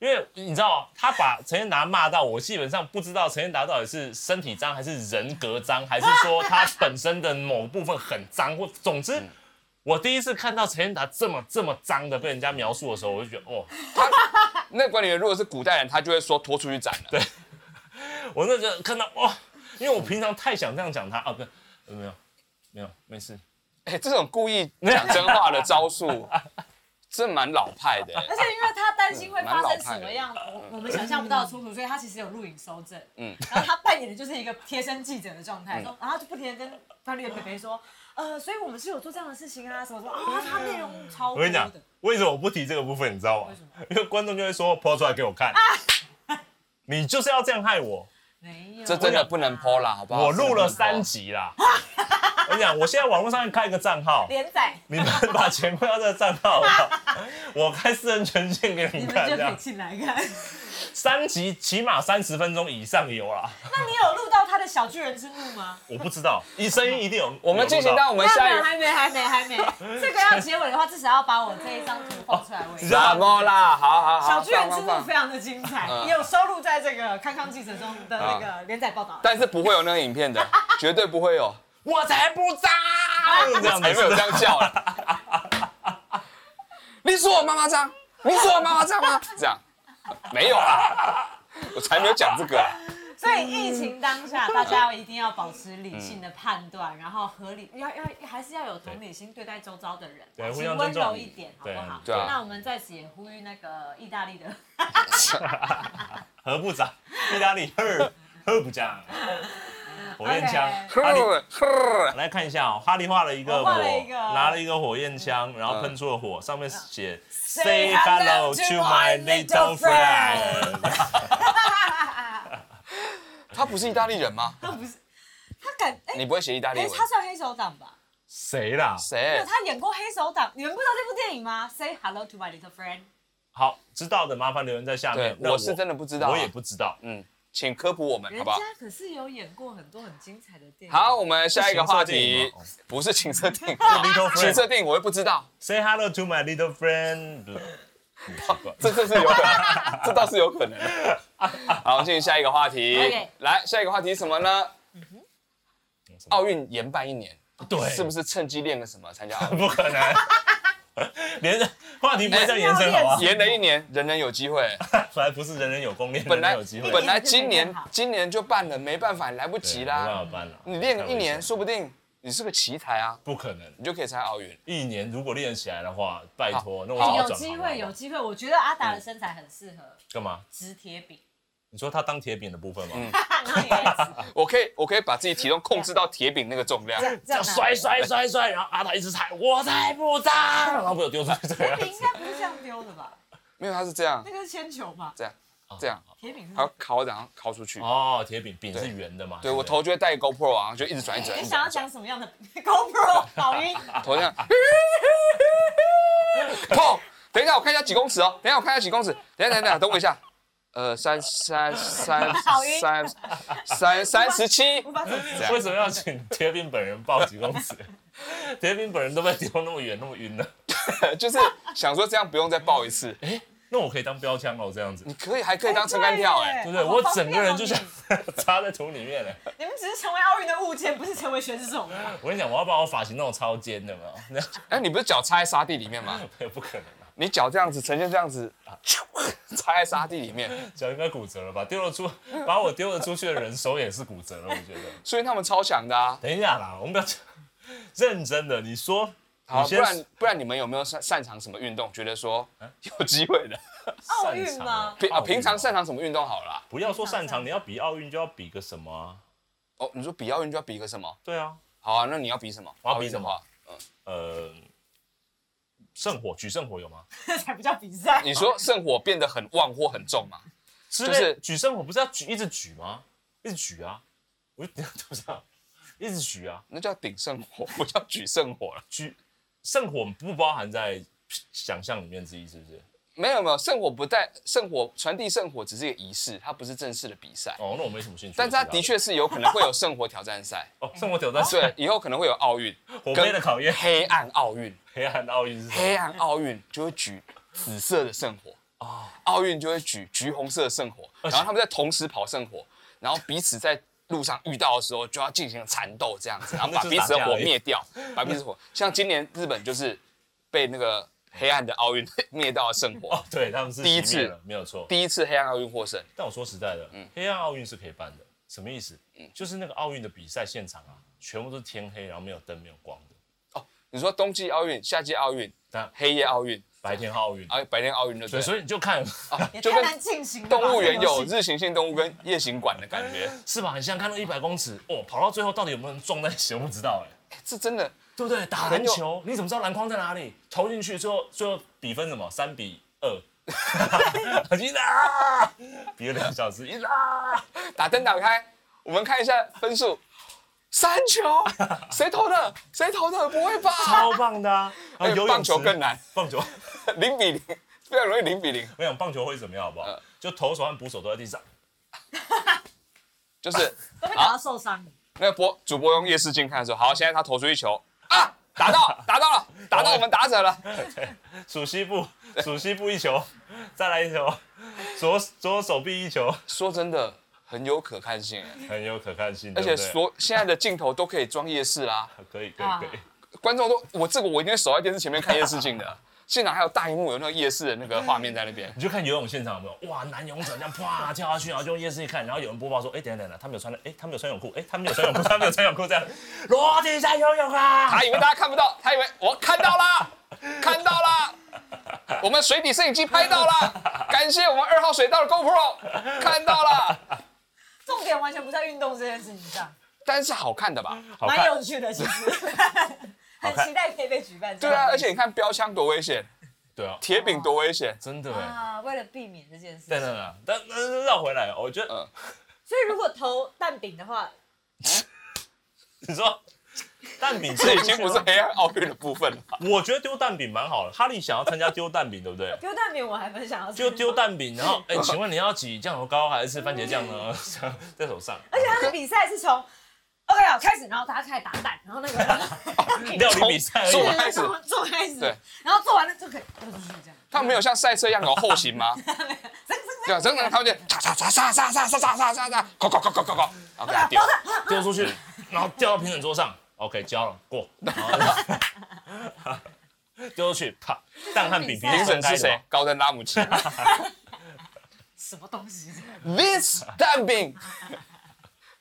[SPEAKER 3] 因为你知道，他把陈建达骂到，我基本上不知道陈建达到底是身体脏，还是人格脏，还是 说他本身的某部分很脏，或总之。
[SPEAKER 1] 嗯
[SPEAKER 3] 我第一次看到陈建达这么这么脏的被人家描述的时候，我就觉得哦，
[SPEAKER 1] 那管理员如果是古代人，他就会说拖出去斩了。对，
[SPEAKER 3] 我那时候看到哇、因为我平常太想这样讲他啊，不是呃没有没有没事，
[SPEAKER 1] 哎，这种故意讲真话的招数，真蛮老派的。欸
[SPEAKER 2] 而且因为他担心会发生什么
[SPEAKER 1] 嗯
[SPEAKER 2] 样，我我们想象不到的冲突，所以他其实有录影收证。嗯，然后他扮演的就是一个贴身记者的状
[SPEAKER 1] 嗯
[SPEAKER 2] 态，说，然后就不停的跟管理员北北说，呃，所以我们是有做这样的事情啊，什么什么，啊，他内容超
[SPEAKER 3] 我
[SPEAKER 2] 多
[SPEAKER 3] 跟你讲
[SPEAKER 2] 的。，
[SPEAKER 3] 为什么我不提这个部分，你知道吗？
[SPEAKER 2] 为什么啊
[SPEAKER 3] 因为观众就会说抛出来给我看，你就是要这样害我。
[SPEAKER 2] 没有，
[SPEAKER 1] 这真的不能剖啦，好不好？
[SPEAKER 3] 我录
[SPEAKER 1] 真啊
[SPEAKER 3] 了
[SPEAKER 1] 的不能
[SPEAKER 3] 三
[SPEAKER 1] po
[SPEAKER 3] 集啦，我跟你讲，我现在网络上面开一个账号，
[SPEAKER 2] 连载，
[SPEAKER 3] 你 们把钱汇到这个账号好不好？我开私人权限给
[SPEAKER 2] 你
[SPEAKER 3] 你
[SPEAKER 2] 们
[SPEAKER 3] 们看，
[SPEAKER 2] 就可
[SPEAKER 3] 这
[SPEAKER 2] 以
[SPEAKER 3] 样
[SPEAKER 2] 进来看。
[SPEAKER 3] 三集起码三十分钟以上有啦。
[SPEAKER 2] 那你有录到他的小巨人之怒吗？
[SPEAKER 3] 我不知道，你声音一定有。
[SPEAKER 1] 我们进行
[SPEAKER 3] 有录
[SPEAKER 1] 到我们
[SPEAKER 2] 没
[SPEAKER 1] 下
[SPEAKER 2] 有，
[SPEAKER 1] 一。
[SPEAKER 2] 还没，还没，还没。 这个要结尾的话，至少要把我这一张图放出来为止。
[SPEAKER 1] 什么啦？好好好，
[SPEAKER 2] 小巨人
[SPEAKER 1] 哦啊放放
[SPEAKER 2] 之路
[SPEAKER 1] 放
[SPEAKER 2] 非常的精彩，也有收录在这个《康康记者》中的那个连载报道。
[SPEAKER 1] 但是不会有那个影片 的，绝对不会有，
[SPEAKER 3] 我才不脏，这样
[SPEAKER 1] 还没有这
[SPEAKER 3] 子。
[SPEAKER 1] 样叫了。你说我妈妈脏，你说我妈妈脏吗？这样没有啦，我才没有讲这个 啊。
[SPEAKER 2] 所以疫情当下，大家一定要保持理性的判断，然后合理要要还是要有同理心对待周遭的人，
[SPEAKER 3] 对互
[SPEAKER 2] 请
[SPEAKER 3] 相
[SPEAKER 2] 温
[SPEAKER 3] 尊重
[SPEAKER 2] 柔一点，好不
[SPEAKER 3] 对
[SPEAKER 2] 好？
[SPEAKER 1] 对啊
[SPEAKER 2] 那我们在此也呼吁那个意大利的，
[SPEAKER 3] 何部长，意大利赫赫部长，火焰枪，
[SPEAKER 2] OK
[SPEAKER 3] 哈利
[SPEAKER 1] 呵
[SPEAKER 3] 来看一下哦，哈利画了一个
[SPEAKER 2] 我
[SPEAKER 3] 火
[SPEAKER 2] 画了一，个
[SPEAKER 3] 拿了一个火焰枪，然后喷出了火，上面写
[SPEAKER 2] 啊 Say
[SPEAKER 3] Say
[SPEAKER 2] hello
[SPEAKER 3] hello
[SPEAKER 2] to
[SPEAKER 3] to
[SPEAKER 2] my
[SPEAKER 3] my
[SPEAKER 2] little
[SPEAKER 3] little friend。
[SPEAKER 1] 他不是意大利人吗？
[SPEAKER 2] 他不是他敢哎
[SPEAKER 1] 你不会写意大利
[SPEAKER 2] 哎，
[SPEAKER 1] 文？
[SPEAKER 2] 他算黑手党吧？
[SPEAKER 3] 谁啦？
[SPEAKER 2] 没
[SPEAKER 1] 谁
[SPEAKER 2] 有，？他演过黑手党，你们不知道这部电影吗？Say hello to my little friend。
[SPEAKER 3] 好，知道的麻烦留言在下面
[SPEAKER 1] 对。
[SPEAKER 3] 那
[SPEAKER 1] 我是真的不知道啊
[SPEAKER 3] 我也不知道。
[SPEAKER 1] 嗯，请科普我们
[SPEAKER 2] 人
[SPEAKER 1] 好不好
[SPEAKER 2] 家？可是有演过很多很精彩的电影。
[SPEAKER 1] 好，我们下一个话题
[SPEAKER 3] 是
[SPEAKER 1] 不是情色电影，
[SPEAKER 3] Little
[SPEAKER 1] 情色
[SPEAKER 3] friend
[SPEAKER 1] 电影我也不知道，
[SPEAKER 3] say hello to my little friend 不是。很奇怪
[SPEAKER 1] 这这是有可能，这倒是有可能的。好，进行下一个话题
[SPEAKER 2] OK。
[SPEAKER 1] 来，下一个话题是什么呢？奥运延办一年，
[SPEAKER 3] 对，
[SPEAKER 1] 哦是不是趁机练个什么参加奥运？
[SPEAKER 3] 不可能？ 连话题不会再延伸好吗？
[SPEAKER 1] 延了一年，人人有机会。
[SPEAKER 3] 本来不 是人人有功，练
[SPEAKER 1] 本
[SPEAKER 3] 人人
[SPEAKER 1] 来
[SPEAKER 3] 有机会。
[SPEAKER 1] 本来
[SPEAKER 2] 一年
[SPEAKER 1] 今年
[SPEAKER 2] 就可以办好
[SPEAKER 1] 今年就办了，没办法，你来不及
[SPEAKER 3] 没办
[SPEAKER 1] 啦。
[SPEAKER 3] 法办了。
[SPEAKER 1] 你练一年，
[SPEAKER 3] 太危险
[SPEAKER 1] 说不定你是个奇才啊，
[SPEAKER 3] 不可能。
[SPEAKER 1] 你就可以参加奥运。
[SPEAKER 3] 一年如果练起来的话，拜托，那我
[SPEAKER 1] 好
[SPEAKER 3] 早
[SPEAKER 2] 有
[SPEAKER 3] 就转行
[SPEAKER 2] 机
[SPEAKER 3] 了
[SPEAKER 2] 会，有机会。我觉得阿达的身材很适合
[SPEAKER 3] 干嘛？
[SPEAKER 2] 直铁饼，
[SPEAKER 3] 你说他当铁饼的部分吗？
[SPEAKER 1] 嗯
[SPEAKER 2] 然后你来吃
[SPEAKER 1] 我可以，我可以把自己体重控制到铁饼那个重量
[SPEAKER 2] 这。样啊这
[SPEAKER 3] 这样
[SPEAKER 2] 样拿。
[SPEAKER 3] 摔摔摔摔，然后阿达一直踩，我才不脏，然后被我丢出去 啊这样
[SPEAKER 2] 你。应该不是这样丢的吧？
[SPEAKER 1] 没有，它是这样
[SPEAKER 2] 那，个是铅球吧？
[SPEAKER 1] 这样，这样，
[SPEAKER 2] 铁饼是
[SPEAKER 1] 还要敲，然后敲出去。
[SPEAKER 3] 哦，铁饼饼是圆的嘛？
[SPEAKER 1] 对
[SPEAKER 3] 不
[SPEAKER 1] 我头就会带 GoPro 啊，就一直转一直转。一
[SPEAKER 2] 你
[SPEAKER 1] 直
[SPEAKER 2] 想
[SPEAKER 1] 转
[SPEAKER 2] 要讲什么样的 GoPro 好晕？
[SPEAKER 1] 头这 样，砰！等一下，我看一下几公尺哦。等一下，我看一下几公尺。等一下，等一下，等我一下。呃，三三三
[SPEAKER 2] 好晕
[SPEAKER 1] 三三三十七
[SPEAKER 2] 无，法 想
[SPEAKER 1] 啊
[SPEAKER 2] 象。
[SPEAKER 3] 为什么要请铁饼本人报几公尺？ 铁饼本人都被丢那么远那么晕了，
[SPEAKER 1] 就是想说这样不用再报一次。
[SPEAKER 3] 那我可以当标枪哦，这样子
[SPEAKER 1] 你，可以，还可以当撑杆跳哎、
[SPEAKER 3] 对不对？
[SPEAKER 2] 好
[SPEAKER 3] 我
[SPEAKER 2] 方便
[SPEAKER 3] 整个人就
[SPEAKER 2] 哦
[SPEAKER 3] 像 插在土里面了。
[SPEAKER 2] 你你们只是成为奥运的物件，不是成为选 手。
[SPEAKER 3] 我跟你讲，我要把我发型弄得超尖的，有没有？ 那样
[SPEAKER 1] 哎、你不是脚插在沙地里面吗？
[SPEAKER 3] 也不可能啊，
[SPEAKER 1] 你脚这样子呈现这样子，插在沙地里面，
[SPEAKER 3] 脚应该骨折了吧？丢了出， 把我丢了出去的人手也是骨折了，我觉 得。
[SPEAKER 1] 所以他们超强的啊。
[SPEAKER 3] 等一下啦，我们不要讲认真的，你说，
[SPEAKER 1] 好，
[SPEAKER 3] 你
[SPEAKER 1] 不
[SPEAKER 3] 先啊
[SPEAKER 1] 然不然你们有没有擅擅长什么运动？觉得说有机会的，
[SPEAKER 2] 奥运吗？
[SPEAKER 1] 平啊平常
[SPEAKER 3] 擅
[SPEAKER 1] 擅长什么运动好了啊、
[SPEAKER 3] 不要说擅长，你要比奥运就要比个什么啊？
[SPEAKER 1] 哦，你说比奥运就要比个什么？
[SPEAKER 3] 对啊，
[SPEAKER 1] 好啊，那你要比什么？
[SPEAKER 3] 我要比什么
[SPEAKER 1] 奥运的话？
[SPEAKER 3] 呃，圣火举圣火有吗？
[SPEAKER 2] 这才不叫比赛。
[SPEAKER 1] 你说圣火变得很旺或很重嘛？
[SPEAKER 3] 之
[SPEAKER 1] 就
[SPEAKER 3] 类
[SPEAKER 1] 是
[SPEAKER 3] 举圣火不是要举一直举吗？一直举啊，我就 对不上，一直举啊，
[SPEAKER 1] 那叫顶圣火， 不叫举圣火了。
[SPEAKER 3] 举圣火不包含在想象里面之一，是不是？
[SPEAKER 1] 没有没有，圣火不带圣火传递圣火只是一个仪式，它不是正式的比赛。
[SPEAKER 3] 哦，那我没什么兴趣。
[SPEAKER 1] 但是它
[SPEAKER 3] 我知道
[SPEAKER 1] 的确啊是有可能会有圣火挑战 赛，
[SPEAKER 3] 哦，圣火挑战
[SPEAKER 1] 对
[SPEAKER 3] 赛，，
[SPEAKER 1] 以后可能会有奥运，
[SPEAKER 3] 火杯的考验，
[SPEAKER 1] 黑暗奥运，
[SPEAKER 3] 黑暗奥运是什么？
[SPEAKER 1] 黑暗奥运就会举紫色的圣火，哦，奥运就会举橘红色的圣火，然后他们在同时跑圣火，然后彼此在路上遇到的时候就要进行缠斗这样 子，然后把
[SPEAKER 3] 那就是
[SPEAKER 1] 彼此的
[SPEAKER 3] 打架
[SPEAKER 1] 火
[SPEAKER 3] 而已
[SPEAKER 1] 灭掉，把彼此火，像今年日本就是被那个黑暗的奥运 灭掉了圣火
[SPEAKER 3] 哦，，对，他们是
[SPEAKER 1] 第一
[SPEAKER 3] 熄灭
[SPEAKER 1] 次
[SPEAKER 3] 了，没有错。
[SPEAKER 1] 第一嗯次黑暗奥运获胜，
[SPEAKER 3] 但我说实在的，黑暗奥运是可以办的，什么意思？
[SPEAKER 1] 嗯
[SPEAKER 3] 就是那个奥运的比赛现场啊，全部都是天黑，然后没有灯，没有光的。
[SPEAKER 1] 哦，你说冬季奥运、夏季奥运、
[SPEAKER 3] 但
[SPEAKER 1] 黑夜奥运，
[SPEAKER 3] 白天奥运，
[SPEAKER 1] 啊，白天奥运就对了，
[SPEAKER 3] 对，
[SPEAKER 1] 哦
[SPEAKER 3] 所以你就看，
[SPEAKER 2] 也
[SPEAKER 1] 就
[SPEAKER 2] 太
[SPEAKER 1] 跟
[SPEAKER 2] 难进行了吧。
[SPEAKER 1] 动物园有
[SPEAKER 2] 这个游戏
[SPEAKER 1] 日行性动物跟夜行馆的感觉，
[SPEAKER 3] 是吧？很像看那一百公尺，哦，跑到最后到底有没有人撞在一起，我不知道哎，
[SPEAKER 1] 是真的。
[SPEAKER 3] 对不对？打篮球，你怎么知道篮筐在哪里？投进去，最后最后比分什么？三比二。 一直啊，比了两个小时，一直啊，
[SPEAKER 1] 打灯打开，我们看一下分数。三 球，谁投的？谁投的？不会吧？
[SPEAKER 3] 超棒的啊！啊
[SPEAKER 1] 哎
[SPEAKER 3] 游泳
[SPEAKER 1] 棒球
[SPEAKER 3] 池
[SPEAKER 1] 更难，
[SPEAKER 3] 棒球。
[SPEAKER 1] 零比零，非常容易零比零，
[SPEAKER 3] 我想棒球会怎么样，好不好
[SPEAKER 1] 呃？
[SPEAKER 3] 就投手和捕手都在地上，
[SPEAKER 1] 就是
[SPEAKER 2] 都会打到受伤。
[SPEAKER 1] 那个播主播用夜视镜看的时候，好，现在他投出一球啊，打到， 打到了，打
[SPEAKER 3] 哦
[SPEAKER 1] 到我们打者了，
[SPEAKER 3] 数西部，数西部一球，再来一球，左左手臂一球，
[SPEAKER 1] 说真的，很有可看性哎，
[SPEAKER 3] 很有可看性，
[SPEAKER 1] 而且
[SPEAKER 3] 对不对
[SPEAKER 1] 所现在的镜头都可以装夜视 啦，
[SPEAKER 3] 可以可以可以，
[SPEAKER 1] 观众都我这个我一定会守在电视前面看夜视镜的，现场还有大荧幕有那个夜视的那个画面在那边，
[SPEAKER 3] 你就看游泳现场有没有？哇，男泳者这样啪跳下去，然后就用夜视一看，然后有人播报说，哎，等一下等一下，他们有穿的，哎，他们有穿泳裤，哎，他们有穿泳裤，他们有穿泳裤，这样裸体在游泳啊！
[SPEAKER 1] 他以为大家看不到，他以为我看到啦，看到啦，我们水底摄影机拍到啦，感谢我们二号水道的 GoPro 看到啦，
[SPEAKER 2] 重点完全不在运动这件事情上，
[SPEAKER 1] 但是好看的吧？
[SPEAKER 3] 好
[SPEAKER 2] 蛮
[SPEAKER 3] 看，
[SPEAKER 2] 有趣的，其 实。很期待可以被举办这
[SPEAKER 1] 对
[SPEAKER 2] 样的。
[SPEAKER 1] 啊，而且你看标枪多危险，
[SPEAKER 3] 对啊，
[SPEAKER 1] 铁饼多危险，
[SPEAKER 3] 真的哎。
[SPEAKER 2] 啊，为了避免这件事
[SPEAKER 3] 等
[SPEAKER 2] 情，
[SPEAKER 3] 等等，但但绕回来，我觉得
[SPEAKER 1] 嗯，
[SPEAKER 2] 所以如果投蛋饼的话，
[SPEAKER 3] 你说蛋饼
[SPEAKER 1] 这已经不是黑暗奥运的部分了吧。
[SPEAKER 3] 我觉得丢蛋饼蛮好的。哈利想要参加丢蛋饼，对不对？
[SPEAKER 2] 丢蛋饼我还蛮想要吃
[SPEAKER 3] 就丢。蛋 饼，然后哎、请问你要挤酱油膏还是吃番茄酱
[SPEAKER 1] 嗯
[SPEAKER 3] 呢？在手上，
[SPEAKER 1] 哎
[SPEAKER 2] 而且他的比赛是从 OK 了开始，然后大家开始打蛋，然后 那个
[SPEAKER 3] 料理比赛而已
[SPEAKER 1] 从
[SPEAKER 2] 对
[SPEAKER 1] 从
[SPEAKER 2] 对
[SPEAKER 3] 嘛。
[SPEAKER 2] 对做做开始
[SPEAKER 1] 对，
[SPEAKER 2] 然后做完了就可以丢出去这样。
[SPEAKER 1] 他们没有像赛车一样有后行吗？
[SPEAKER 2] 这这
[SPEAKER 1] 对啊，真的，他们就嚓嚓嚓嚓嚓嚓嚓嚓嚓嚓嚓，扣扣扣扣扣扣，然后给他丢。
[SPEAKER 3] 丢出去，然后掉到平整桌上。OK，交了 过。然后 丢出去，啪！蛋和饼皮
[SPEAKER 1] 评
[SPEAKER 3] 是
[SPEAKER 1] 审是
[SPEAKER 3] 分开的
[SPEAKER 1] 谁
[SPEAKER 3] 嘛？？
[SPEAKER 1] 高登拉姆齐。
[SPEAKER 2] 什么东西？
[SPEAKER 1] This 蛋饼，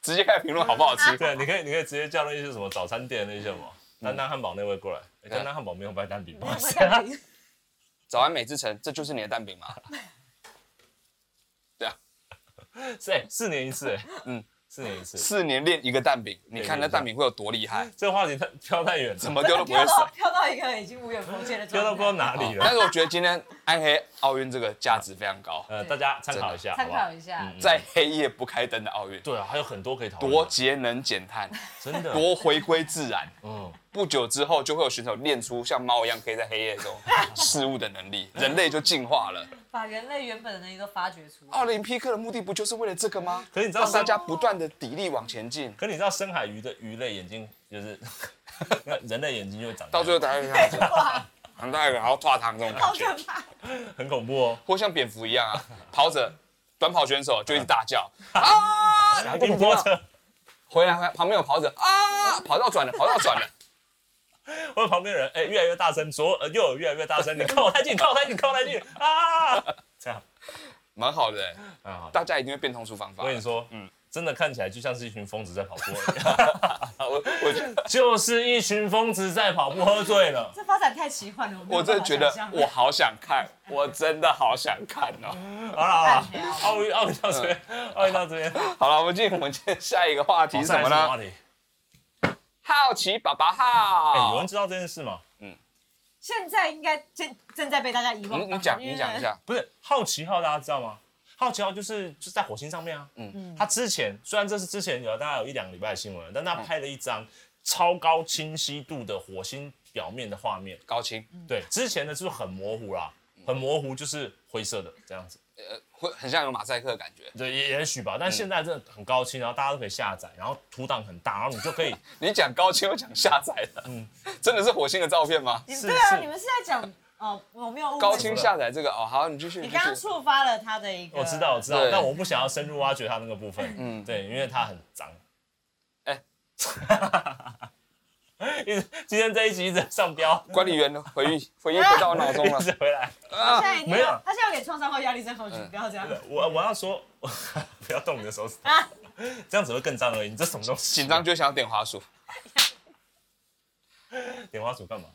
[SPEAKER 1] 直接开始评论好不好吃？
[SPEAKER 3] 对，啊你可以，你可以直接叫那些什么早餐店那些什么丹丹汉堡那位过来。哎丹丹汉堡没有卖蛋饼，不 好意思。
[SPEAKER 2] 蛋饼
[SPEAKER 1] 早安美之城，这就是你的蛋饼吗？对啊，
[SPEAKER 3] 是哎四年一次哎，嗯， 四年一次，
[SPEAKER 1] 四年练一个蛋饼，你看那蛋饼会有多厉害，
[SPEAKER 3] 这个话题太飘太远了，
[SPEAKER 1] 怎么丢都不会
[SPEAKER 2] 跳到
[SPEAKER 1] 少。
[SPEAKER 2] 跳到一个已经无远弗届的
[SPEAKER 3] 飘
[SPEAKER 2] 状态，
[SPEAKER 3] 到不知道哪里啊
[SPEAKER 1] 但
[SPEAKER 3] 了？
[SPEAKER 1] 是我觉得今天暗黑奥运这个价值非常高，
[SPEAKER 3] 呃，大家参考一下，好
[SPEAKER 2] 参
[SPEAKER 3] 不好
[SPEAKER 2] 考？一下。
[SPEAKER 3] 嗯
[SPEAKER 1] 在黑夜不开灯的奥运，
[SPEAKER 3] 对啊，嗯还有很多可以讨论的，
[SPEAKER 1] 多节能减碳，
[SPEAKER 3] 真的
[SPEAKER 1] 多回归自然。
[SPEAKER 3] 嗯，
[SPEAKER 1] 不久之后就会有选手练出像猫一样可以在黑夜 中事物的能力，人类就进化了。
[SPEAKER 2] 把人类原本的能力都发掘出来。
[SPEAKER 1] 奥林匹克的目的不就是为了这个吗？
[SPEAKER 3] 可是你知道
[SPEAKER 1] 让大
[SPEAKER 3] 深，
[SPEAKER 1] 家不断的砥砺往前进，
[SPEAKER 3] 可是你知道深海鱼的鱼类眼睛就是 人类眼睛就会长大，
[SPEAKER 1] 到最后大家就这 样子，很大一个然后跨堂这种感
[SPEAKER 2] 好
[SPEAKER 1] 觉，
[SPEAKER 2] 可怕！
[SPEAKER 3] 很恐怖哦。
[SPEAKER 1] 或像蝙蝠一样 啊，跑者、短跑选手就一直大叫啊，
[SPEAKER 3] 然后跟你波车，
[SPEAKER 1] 回来回来，旁边有跑者啊，跑道转了，跑道转了，
[SPEAKER 3] 或者旁边人哎、越来越大声，左呃右耳越来越大 声，你靠我太近，靠我太近，靠我太近啊！这样
[SPEAKER 1] 蛮好的欸、
[SPEAKER 3] 啊，好
[SPEAKER 1] 大家一定会变通出方法
[SPEAKER 3] 我。跟你说，嗯，真的看起来就像是一群疯子在跑步 而已，
[SPEAKER 1] 我我觉 得
[SPEAKER 3] 就是一群疯子在跑步，喝醉了。
[SPEAKER 2] 这发展太奇幻了，我没有
[SPEAKER 1] 我真的
[SPEAKER 2] 办法
[SPEAKER 1] 觉得
[SPEAKER 2] 想象
[SPEAKER 1] 我好想看，我真的好想看哦。
[SPEAKER 3] 好了好了，奥运奥运到这边，奥运到这边，
[SPEAKER 1] 好了，我们进我们今天下一个话题是嗯什么
[SPEAKER 3] 好下一个话
[SPEAKER 1] 呢？
[SPEAKER 3] 题
[SPEAKER 1] 好奇宝宝
[SPEAKER 3] 哎、有人
[SPEAKER 1] 号。
[SPEAKER 3] 知道这件事吗？
[SPEAKER 2] 现在应该正正在被大家遗忘
[SPEAKER 1] 你
[SPEAKER 2] 吧。
[SPEAKER 1] 你讲，
[SPEAKER 2] 因为
[SPEAKER 1] 你 讲一。下。
[SPEAKER 3] 不是好奇号，大家知道吗？好奇号就是就是在火星上面啊，嗯，他之前虽然这是之前有大概有一两个礼拜的新闻了，但他拍了一张超高清晰度的火星表面的画面，
[SPEAKER 1] 高清，
[SPEAKER 3] 对，之前的就是很模糊啦，很模糊就是灰色的这样子，
[SPEAKER 1] 呃，会很像有马赛克的感觉。
[SPEAKER 3] 对，也也许吧，但现在真的很高清，然后大家都可以下载，然后图档很大，然后你就可以，
[SPEAKER 1] 你讲高清，我讲下载的。嗯， 真的是火星的照片 吗？
[SPEAKER 2] 你
[SPEAKER 3] 是
[SPEAKER 2] 对啊，
[SPEAKER 3] 是
[SPEAKER 2] 你们是在讲 哦，我没有误会
[SPEAKER 1] 高清下载这个哦，好，你继续。
[SPEAKER 2] 你
[SPEAKER 1] 继续
[SPEAKER 2] 刚刚触发了他的一个，
[SPEAKER 3] 我哦知道我知道
[SPEAKER 1] 对，
[SPEAKER 3] 但我不想要深入挖掘它那个部分，嗯，对，因为它很脏。
[SPEAKER 1] 哎，
[SPEAKER 3] 哎 一直今天这一集一直上标，
[SPEAKER 1] 管理员的回忆，回忆回到我脑中
[SPEAKER 3] 一
[SPEAKER 1] 了。
[SPEAKER 3] 直回来。
[SPEAKER 2] 他现在一定
[SPEAKER 3] 没有啊
[SPEAKER 2] 要，他现在有点创伤后压力症候
[SPEAKER 1] 嗯
[SPEAKER 2] 群，不要这样
[SPEAKER 3] 我我要说， 不要动你的手指，
[SPEAKER 2] 啊！
[SPEAKER 3] 这样只会更脏而已。你这什么东西？
[SPEAKER 1] 紧张就想要点滑鼠。
[SPEAKER 3] 点花鼠干嘛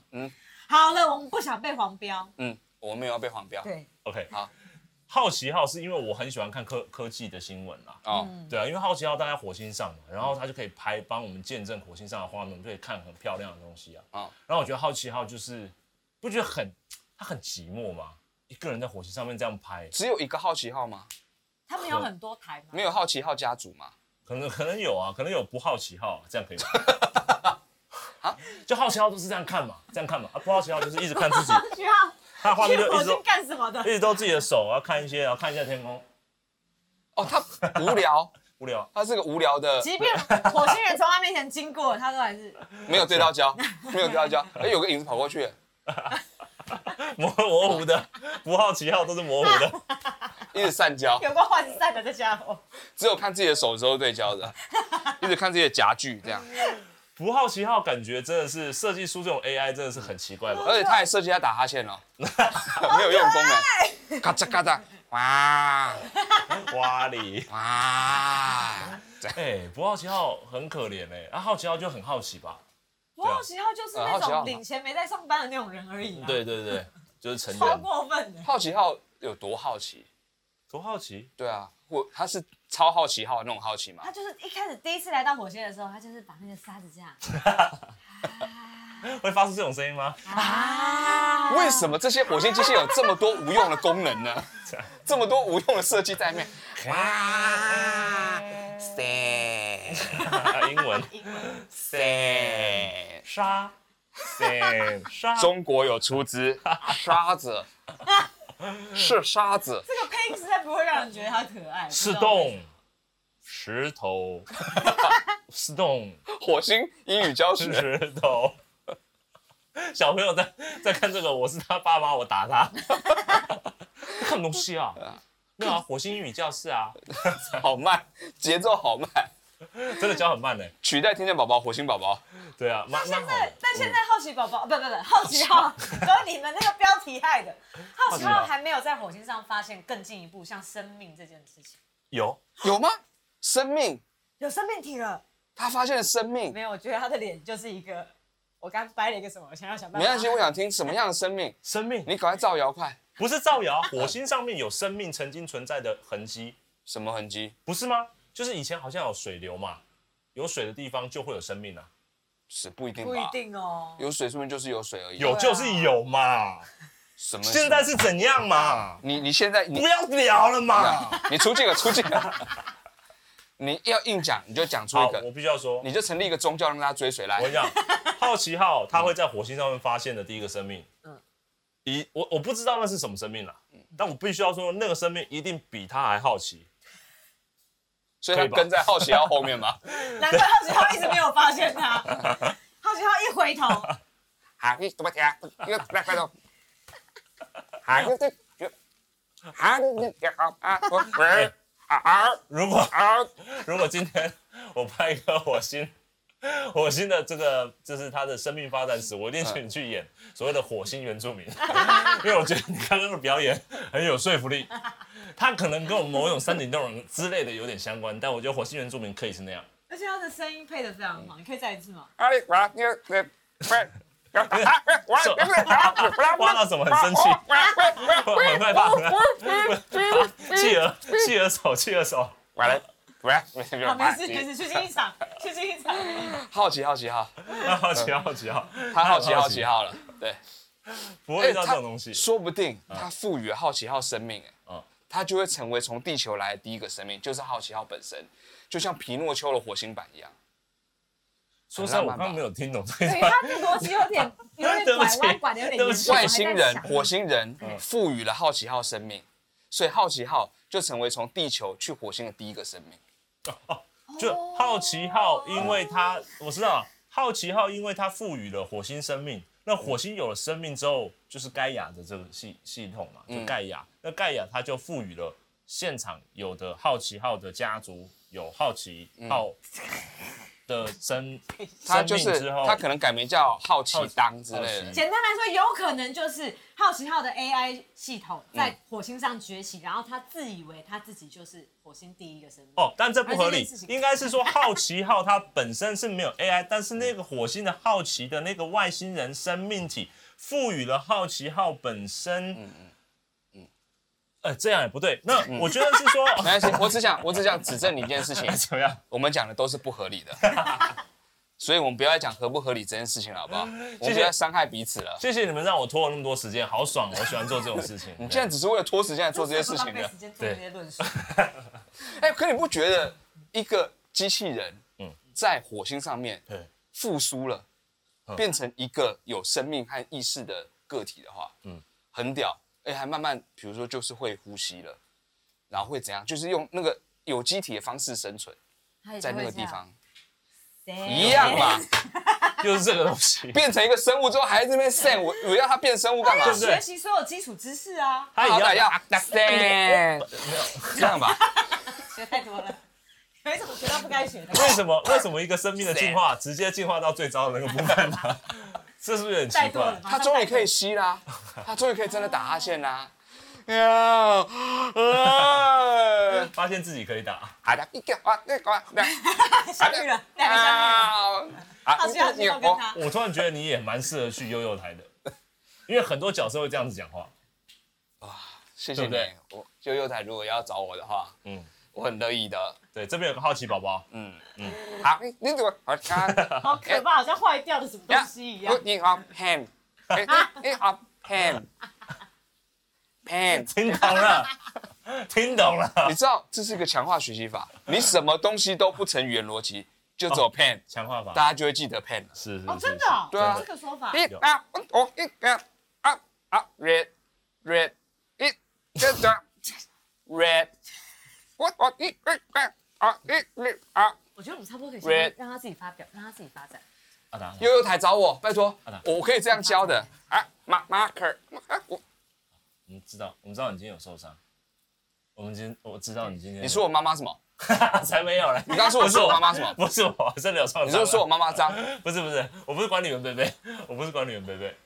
[SPEAKER 2] 好了，我们不想被黄标。
[SPEAKER 1] 嗯，我没有要被黄标。
[SPEAKER 2] 对，
[SPEAKER 3] ？OK，
[SPEAKER 1] 好。
[SPEAKER 3] 好奇号是因为我很喜欢看科科技的新闻啦，
[SPEAKER 1] 哦，
[SPEAKER 3] 对啊，因为好奇号大家火星上嘛，然后它就可以拍帮我们见证火星上的画面，我们就可以看很漂亮的东西啊。
[SPEAKER 1] 哦
[SPEAKER 3] 然后我觉得好奇号就是不觉得很它很寂寞吗？一个人在火星上面这样拍，
[SPEAKER 1] 只有一个好奇号吗？
[SPEAKER 2] 他们有很多台嘛
[SPEAKER 1] 没，有好奇号家族吗？
[SPEAKER 3] 可能可能有啊，可能有不好奇号、啊，这样可以吗？ 就好奇号都是这样看嘛，这样看嘛，啊，不好奇号就是一直看自己，
[SPEAKER 2] 需要
[SPEAKER 3] 他的画面
[SPEAKER 2] 去
[SPEAKER 3] 就一
[SPEAKER 2] 火
[SPEAKER 3] 直哎都
[SPEAKER 2] 星干什么的
[SPEAKER 3] 一？直都自己的手，然后看一些，然后看一下天空，
[SPEAKER 1] 哦，他无聊，
[SPEAKER 3] 无聊。
[SPEAKER 1] 他是个无聊的，
[SPEAKER 2] 即便火星人从他面前经过，他都还是
[SPEAKER 1] 没有对到焦，没有对到焦。哎，有个影子跑过去，
[SPEAKER 3] 模模糊 的，不好奇号都是模糊的。
[SPEAKER 1] 一直散 焦，
[SPEAKER 2] 有过换散的这家伙。
[SPEAKER 1] 只有看自己的手的时候对焦的，一直看自己的夹具这样。
[SPEAKER 3] 不好奇号感觉真的是设计出这种 AI 真的是很奇怪吧？
[SPEAKER 1] 而且他还设计他打哈欠哦，没有用功能，咔嚓咔嚓，哇
[SPEAKER 3] 哇哩，
[SPEAKER 1] 哇，这样
[SPEAKER 3] 哎、不好奇号很可怜哎、啊好奇号就很好奇吧？
[SPEAKER 2] 我
[SPEAKER 3] 啊
[SPEAKER 2] 好奇号就是那
[SPEAKER 1] 呃好奇号
[SPEAKER 2] 种领钱没在上班的那种人而已、啊，，
[SPEAKER 3] 对对对，就是成
[SPEAKER 2] 超
[SPEAKER 3] 人
[SPEAKER 2] 过分的。
[SPEAKER 1] 好奇号有多好奇？
[SPEAKER 3] 多好奇，
[SPEAKER 1] 对啊，我他是超好奇号那种好奇嘛
[SPEAKER 2] 他，就是一开始第一次来到火星的时候，他就是把那个沙子这 样
[SPEAKER 3] 会发出这种声音吗？
[SPEAKER 2] 啊，
[SPEAKER 1] 为什么这些火星机械有这么多无用的功能 呢？这么多无用的设计在内，哇塞
[SPEAKER 3] 啊英 文
[SPEAKER 1] 塞，
[SPEAKER 3] 沙，对沙，
[SPEAKER 1] 中国有出资，啊沙 子是沙子，
[SPEAKER 2] 这个配音实在不会让人觉得他可 爱。
[SPEAKER 3] 是
[SPEAKER 2] 不知道为什
[SPEAKER 3] 洞，石 头，是洞，
[SPEAKER 1] 火星英语教学。
[SPEAKER 3] 石头。 小朋友在在看这个，我是他爸妈，我打他。 这什么东西啊？没有啊，火星英语教室啊，
[SPEAKER 1] 好慢，节奏好慢，
[SPEAKER 3] 真的教很慢呢、
[SPEAKER 1] 取代天线宝宝、火星宝宝。
[SPEAKER 3] 对啊，蛮蛮
[SPEAKER 2] 么。
[SPEAKER 3] 好
[SPEAKER 2] 现在
[SPEAKER 3] 的。，
[SPEAKER 2] 但现在好奇宝 宝，不不不，好奇 号都是你们那个标题害的。好奇号还没有在火星上发现更进一步像生命这件事情，
[SPEAKER 3] 有
[SPEAKER 1] 有吗？生命，
[SPEAKER 2] 有生命体了。
[SPEAKER 1] 他发现了生命。
[SPEAKER 2] 没有，我觉得他的脸就是一个，我刚掰了一个什么，我想要想办
[SPEAKER 1] 没
[SPEAKER 2] 法。
[SPEAKER 1] 关系，我想听什么样的生命？
[SPEAKER 3] 生命，
[SPEAKER 1] 你赶快造谣快！
[SPEAKER 3] 不是造谣，火星上面有生命曾经存在的痕迹，
[SPEAKER 1] 什么痕迹？
[SPEAKER 3] 不是吗？就是以前好像有水流嘛，有水的地方就会有生命啊，
[SPEAKER 1] 是不一定吧？
[SPEAKER 2] 不一定哦。
[SPEAKER 1] 有水说明就是有水而已。啊
[SPEAKER 3] 有
[SPEAKER 2] 啊
[SPEAKER 3] 就是有嘛，
[SPEAKER 1] 什么？
[SPEAKER 3] 现在是怎样嘛？
[SPEAKER 1] 你你现在你啊
[SPEAKER 3] 不要聊了嘛。
[SPEAKER 1] 你出镜了，出镜了。你要硬讲，你就讲出一
[SPEAKER 3] 好，我
[SPEAKER 1] 个，
[SPEAKER 3] 必须要说，
[SPEAKER 1] 啊你就成立一个宗教让大家追随来
[SPEAKER 3] 我。跟你讲，好奇号它会在火星上面发现的第一个生命，嗯，一我我不知道那是什么生命啦，但我必须要说，那个生命一定比他还好奇。
[SPEAKER 1] 所以他
[SPEAKER 3] 可以吧
[SPEAKER 1] 跟在好奇号后面嘛。
[SPEAKER 2] 难怪好奇号一直没有发现他。好奇号一回头，
[SPEAKER 1] 好，你怎么讲？又来快走。好，就就就，好，你好啊，我
[SPEAKER 3] 哎
[SPEAKER 1] 啊
[SPEAKER 3] 如果
[SPEAKER 1] 啊！
[SPEAKER 3] 如果今天我拍一个火星，火星的这个就是它的生命发展史，我一定请你去演所谓的火星原 住民，因为我觉得你刚刚的表演很有说 服力。它可能跟我们某种山顶洞人之类的有点相关，但我觉得火星原住民可以是那样，
[SPEAKER 2] 而且他的声音配的非常好，你可以再一次吗？
[SPEAKER 1] 阿里娃，你你快！挖
[SPEAKER 3] 挖到什么很生气， 我很害怕，企鹅企鹅手企鹅手，
[SPEAKER 1] 完了，完
[SPEAKER 2] 哦好，
[SPEAKER 1] 了，
[SPEAKER 2] 没事，没事，去进一场，去进一场。
[SPEAKER 1] 好奇好奇号，
[SPEAKER 3] 好奇好奇好，
[SPEAKER 1] 他好奇好奇号了，对。
[SPEAKER 3] 不会遇到
[SPEAKER 1] 哎
[SPEAKER 3] 这
[SPEAKER 1] 他
[SPEAKER 3] 种东西。
[SPEAKER 1] 说不定它赋予好奇号生命、哎、
[SPEAKER 3] 嗯
[SPEAKER 1] 它就会成为从地球来的第一个生命，就是好奇号本身，就像皮诺丘的火星版一样。
[SPEAKER 3] 说实在，我刚刚没有听懂这一
[SPEAKER 2] 对啊
[SPEAKER 3] 段。
[SPEAKER 2] 他逻辑有 点有点拐弯，拐的有点严重。
[SPEAKER 1] 外星人、火
[SPEAKER 2] 星
[SPEAKER 1] 星人
[SPEAKER 3] 嗯
[SPEAKER 1] 赋予了好奇号生命，所以好奇号就成为从地球去火星的第一个生命。
[SPEAKER 3] 就好奇号，因为它我知道好奇号，因为它赋予了火星生命。那火星有了生命之后，就是盖亚的这个系系统嘛，
[SPEAKER 1] 嗯
[SPEAKER 3] 就盖亚。那盖亚它就赋予了现场有的好奇号的家族有好奇号的生
[SPEAKER 1] 它
[SPEAKER 3] 生
[SPEAKER 1] 嗯就
[SPEAKER 3] 命
[SPEAKER 1] 是
[SPEAKER 3] 之后，
[SPEAKER 1] 它可能改名叫好奇
[SPEAKER 3] 好奇
[SPEAKER 1] 当之类
[SPEAKER 3] 好
[SPEAKER 1] 的
[SPEAKER 3] 奇。
[SPEAKER 2] 简单来说，有可能就是好奇号的 AI 系统
[SPEAKER 1] 嗯
[SPEAKER 2] 在火星上崛起，然后他自以为他自己就是火星第一个生命。
[SPEAKER 3] 哦，但这不合
[SPEAKER 2] 而且这件
[SPEAKER 3] 理
[SPEAKER 2] 事，情
[SPEAKER 3] 应该是说好奇号它本身是没有 AI，但是那个火星的好奇的那个外星人生命体赋予了好奇号本身，嗯嗯，呃，这样也不对。那我觉得是说，，
[SPEAKER 1] 没关系，我只想我只想指正你一件事情
[SPEAKER 3] 怎么样？
[SPEAKER 1] 我们讲的都是不合理的，所以我们不要再讲合不合理这件事情了，好不好？我们不要再伤害彼此了。
[SPEAKER 3] 谢谢你们让我拖了那么多时间，好爽，我喜欢做这种事情。
[SPEAKER 1] 你现在只是为了拖时间来做这些事情
[SPEAKER 2] 浪费
[SPEAKER 1] 的
[SPEAKER 2] 时。间做这些论述，
[SPEAKER 1] 哎、可你不觉得一个机器人，嗯
[SPEAKER 3] 嗯，
[SPEAKER 1] 在火星上面
[SPEAKER 3] 对，
[SPEAKER 1] 复苏了，
[SPEAKER 3] 嗯
[SPEAKER 1] 变成一个有生命和意识的个体的话，嗯
[SPEAKER 3] 嗯，
[SPEAKER 1] 很屌。哎、还慢慢，比如说就是会呼吸了，然后会怎样？就是用那个有机体的方式生存
[SPEAKER 2] 他也
[SPEAKER 1] 在
[SPEAKER 2] 就
[SPEAKER 1] 那
[SPEAKER 2] 会
[SPEAKER 1] 个
[SPEAKER 2] 这
[SPEAKER 1] 地
[SPEAKER 2] 样
[SPEAKER 1] 方，
[SPEAKER 2] 谁啊
[SPEAKER 1] 一样嘛。
[SPEAKER 3] 又是这个东 西，
[SPEAKER 1] 变成一个生物之后，还在那边 s 我我要它变生物干嘛？
[SPEAKER 2] 要
[SPEAKER 3] 对不对
[SPEAKER 2] 啊学习所有基础知识啊，
[SPEAKER 3] 它
[SPEAKER 1] 好
[SPEAKER 3] 也
[SPEAKER 1] 歹
[SPEAKER 3] 要
[SPEAKER 1] 要 understand，这样吧？
[SPEAKER 2] 学太多了，有一种学到不该学的。
[SPEAKER 3] 为什么？为什么一个生命的进 化直接进化到最糟的那个部分呢？ 这是不是很奇
[SPEAKER 2] 太多
[SPEAKER 3] 怪
[SPEAKER 2] 了，？
[SPEAKER 1] 他终于可以吸啦，他终于可以真的打哈欠啦。哎呀，呃，
[SPEAKER 3] 发现自己可以打，
[SPEAKER 1] 啊的，一个啊，那个啊，那
[SPEAKER 2] 相遇了，两个相遇了，
[SPEAKER 1] 啊，啊
[SPEAKER 2] 好奇好奇号跟他，
[SPEAKER 3] 我突然觉得你也蛮适合去悠悠台的，因为很多角色会这样子讲话。
[SPEAKER 1] 谢谢你。我悠悠台如果要找我的话，嗯
[SPEAKER 3] 嗯，
[SPEAKER 1] 我很乐意的。
[SPEAKER 3] 对，这边有个好奇宝宝，
[SPEAKER 1] 嗯好，你怎么好看？
[SPEAKER 2] 好可怕，好像坏掉了什么东西一样。
[SPEAKER 1] 你好，ham，你好，ham，ham。
[SPEAKER 3] 听懂了， 听懂了，
[SPEAKER 1] 你知道这是一个强化学习法，你什么东西都不成语言逻辑，就
[SPEAKER 3] 哦
[SPEAKER 1] 只有 pan，
[SPEAKER 3] 强化
[SPEAKER 1] 大
[SPEAKER 3] 法
[SPEAKER 1] 家就会记得 pan 了。
[SPEAKER 3] 是是
[SPEAKER 2] 哦，
[SPEAKER 3] 是
[SPEAKER 2] 真的哦，
[SPEAKER 1] 对啊
[SPEAKER 2] 有这个说法。
[SPEAKER 1] 一啊，我一啊啊啊，red red，一这这 red，我我一啊啊一一啊，
[SPEAKER 2] 我觉得我们差不多可以
[SPEAKER 1] Red
[SPEAKER 2] 先让他自己发表，让他自己发展。
[SPEAKER 3] 阿达，
[SPEAKER 1] 悠悠台找我，拜托
[SPEAKER 3] 好的，
[SPEAKER 1] 我可以这样教的啊，mark marker，啊我
[SPEAKER 3] 我们知道，我们知道你今天有受伤，我们今天我知道你今天有，
[SPEAKER 1] 你说我妈妈什么？
[SPEAKER 3] 才没有嘞，你
[SPEAKER 1] 你刚说我说我妈妈什 么？
[SPEAKER 3] 不是我，真的有受伤了，
[SPEAKER 1] 你就说我妈妈脏，
[SPEAKER 3] 不是不是，我不是管理员贝贝，我不是管理员贝贝。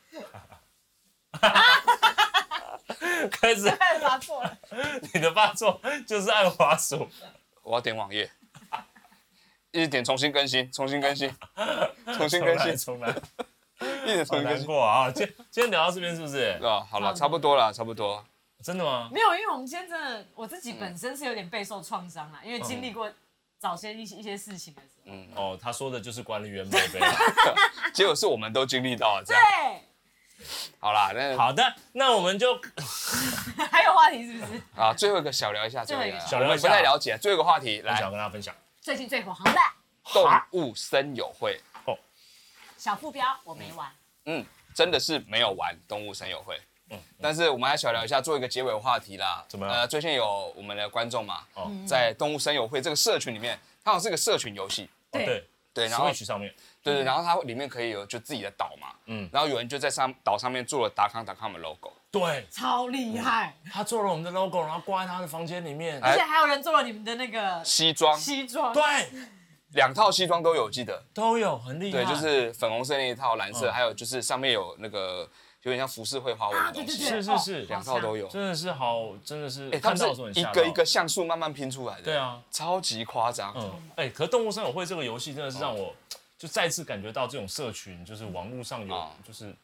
[SPEAKER 3] 开始，
[SPEAKER 2] 太发错了，
[SPEAKER 3] 你的发作就是按滑鼠，
[SPEAKER 1] 我要点网页，一直点重新更新，重新更新，重新更新，
[SPEAKER 3] 重来，重来
[SPEAKER 1] 一直
[SPEAKER 3] 好
[SPEAKER 1] 重新更
[SPEAKER 3] 难
[SPEAKER 1] 新。
[SPEAKER 3] 过啊！今天今天聊到这边是不是？
[SPEAKER 1] 哦啊，好了，差不多了，差不多。
[SPEAKER 3] 真的吗？
[SPEAKER 2] 没有，因为我们今天真的，我自己本身是有点备受创伤啦，因为经历过早先一些一些事情的时候，
[SPEAKER 3] 哦，他说的就是管理员宝啊贝。
[SPEAKER 1] 结果是我们都经历到了这样。
[SPEAKER 2] 对，
[SPEAKER 1] 好啦，那
[SPEAKER 3] 好的，那我们就
[SPEAKER 2] 还有话题是不是？
[SPEAKER 1] 啊，最后一个小聊一下，最
[SPEAKER 2] 最后
[SPEAKER 1] 后
[SPEAKER 2] 一
[SPEAKER 1] 一
[SPEAKER 2] 个
[SPEAKER 1] 个
[SPEAKER 3] 小
[SPEAKER 1] 小
[SPEAKER 3] 聊
[SPEAKER 1] 聊，
[SPEAKER 3] 一
[SPEAKER 1] 我
[SPEAKER 3] 下
[SPEAKER 1] 们不太了解。最后一个话题，
[SPEAKER 3] 我想
[SPEAKER 1] 来
[SPEAKER 3] 跟大家分享。
[SPEAKER 2] 最近最火红的
[SPEAKER 1] 动物森友会，
[SPEAKER 3] 哦，
[SPEAKER 2] 小副标我没玩，
[SPEAKER 1] 嗯，真的是没有玩动物森友会。但是我们还小聊一下，做一个结尾话题啦。
[SPEAKER 3] 嗯怎么样
[SPEAKER 1] 呃，最近有我们的观众嘛，
[SPEAKER 2] 嗯
[SPEAKER 3] 哦
[SPEAKER 1] 在动物森友会这个社群里面，它好像是个社群游戏，
[SPEAKER 3] 哦
[SPEAKER 2] 对
[SPEAKER 3] 对
[SPEAKER 1] 对，然后
[SPEAKER 3] ，Switch 上面，
[SPEAKER 1] 对
[SPEAKER 2] 嗯
[SPEAKER 1] 对，然后它里面可以有就自己的岛嘛，
[SPEAKER 3] 嗯
[SPEAKER 1] 嗯，然后有人就在上岛上面做了达康达康的 logo，
[SPEAKER 3] 对
[SPEAKER 2] 超厉害，
[SPEAKER 3] 他做了我们的 logo，然后挂在他的房间里面。
[SPEAKER 1] 哎
[SPEAKER 2] 而且还有人做了你们的那个
[SPEAKER 1] 西装
[SPEAKER 2] 西装，
[SPEAKER 3] 对，
[SPEAKER 1] 两套西装都有，记得
[SPEAKER 3] 都有很厉
[SPEAKER 1] 对，
[SPEAKER 3] 害。
[SPEAKER 1] 就是粉红色那一套，蓝色，
[SPEAKER 3] 嗯
[SPEAKER 1] 还有就是上面有那个有点像服饰绘花纹
[SPEAKER 2] 啊，
[SPEAKER 1] 的
[SPEAKER 2] 对
[SPEAKER 1] 东
[SPEAKER 2] 对
[SPEAKER 1] 西，
[SPEAKER 2] 对，
[SPEAKER 3] 是
[SPEAKER 2] 哦
[SPEAKER 3] 是是
[SPEAKER 1] 两套都。有。
[SPEAKER 3] 真的是好，真的是
[SPEAKER 1] 哎，他
[SPEAKER 3] 看
[SPEAKER 1] 们
[SPEAKER 3] 到的时候很
[SPEAKER 1] 是一
[SPEAKER 3] 吓到
[SPEAKER 1] 个一个像素慢慢拼出来的，
[SPEAKER 3] 对啊，
[SPEAKER 1] 超级夸张。
[SPEAKER 3] 嗯，哎、可是动物森友会这个游戏真的是
[SPEAKER 1] 哦
[SPEAKER 3] 让我就再次感觉到这种社群，就是网络上有
[SPEAKER 1] 哦
[SPEAKER 3] 就是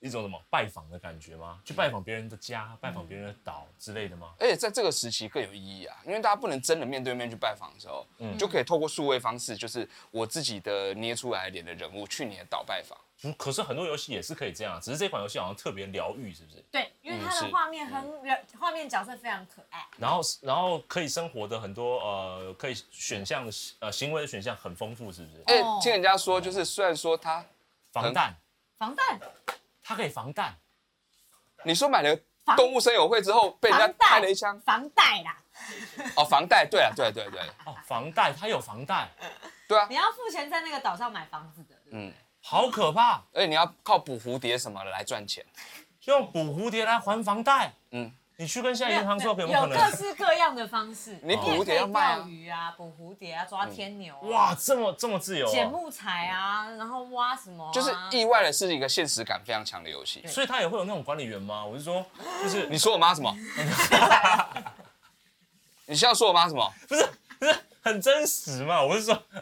[SPEAKER 3] 一种什么拜访的感觉吗？去拜访别人的家，拜访别人的岛之类的吗？
[SPEAKER 1] 而且在这个时期更有意义啊，因为大家不能真的面对面去拜访的时候，
[SPEAKER 3] 嗯
[SPEAKER 1] 就可以透过数位方式，就是我自己的捏出来脸的人物去你的岛拜访。
[SPEAKER 3] 嗯可是很多游戏也是可以这样，只是这款游戏好像特别疗愈，是不是？
[SPEAKER 2] 对，因为
[SPEAKER 1] 嗯
[SPEAKER 2] 它的
[SPEAKER 1] 是
[SPEAKER 2] 画面很人，画面角色非常可爱。
[SPEAKER 3] 然后，然后可以生活的很多呃，可以选项的呃行为的选项很丰富，是不是？
[SPEAKER 1] 哎、
[SPEAKER 2] 哦
[SPEAKER 1] 听人家说，就是虽然说他，
[SPEAKER 3] 防弹，
[SPEAKER 2] 防弹，
[SPEAKER 3] 它可以防弹，
[SPEAKER 1] 你说买了动物森友会之后被人家
[SPEAKER 2] 防
[SPEAKER 1] 开
[SPEAKER 2] 弹
[SPEAKER 1] 了一枪，
[SPEAKER 2] 防弹啦！
[SPEAKER 1] 哦，房贷，对啊，对对对
[SPEAKER 3] 哦，防弹，它有防弹，
[SPEAKER 1] 对啊
[SPEAKER 2] 你，要付钱在那个岛上买房子的，嗯，
[SPEAKER 3] 好可怕！
[SPEAKER 1] 而且你要靠捕蝴蝶什么的来赚钱，
[SPEAKER 3] 用捕蝴蝶来还房贷，
[SPEAKER 1] 嗯，
[SPEAKER 3] 你去跟现在
[SPEAKER 2] 没有
[SPEAKER 3] 银行做，有没有
[SPEAKER 2] 有
[SPEAKER 3] 可
[SPEAKER 2] 各
[SPEAKER 3] 能？
[SPEAKER 2] 式各样的方式。
[SPEAKER 1] 你捕
[SPEAKER 2] 也
[SPEAKER 1] 蝴
[SPEAKER 2] 可
[SPEAKER 1] 蝶要
[SPEAKER 2] 以
[SPEAKER 1] 卖
[SPEAKER 2] 钓
[SPEAKER 1] 啊，嗯
[SPEAKER 2] 鱼啊，捕蝴蝶啊，抓天牛啊，
[SPEAKER 3] 哇，这么这么自由、啊，
[SPEAKER 2] 捡木材啊，然后挖什么啊，
[SPEAKER 1] 就是意外的是一个现实感非常强的游戏。
[SPEAKER 3] 所以他也会有那种管理员吗？我是说，就是
[SPEAKER 1] 你说我妈什 么？你现在说我妈什么？
[SPEAKER 3] 不是不是很真实嘛？我是说，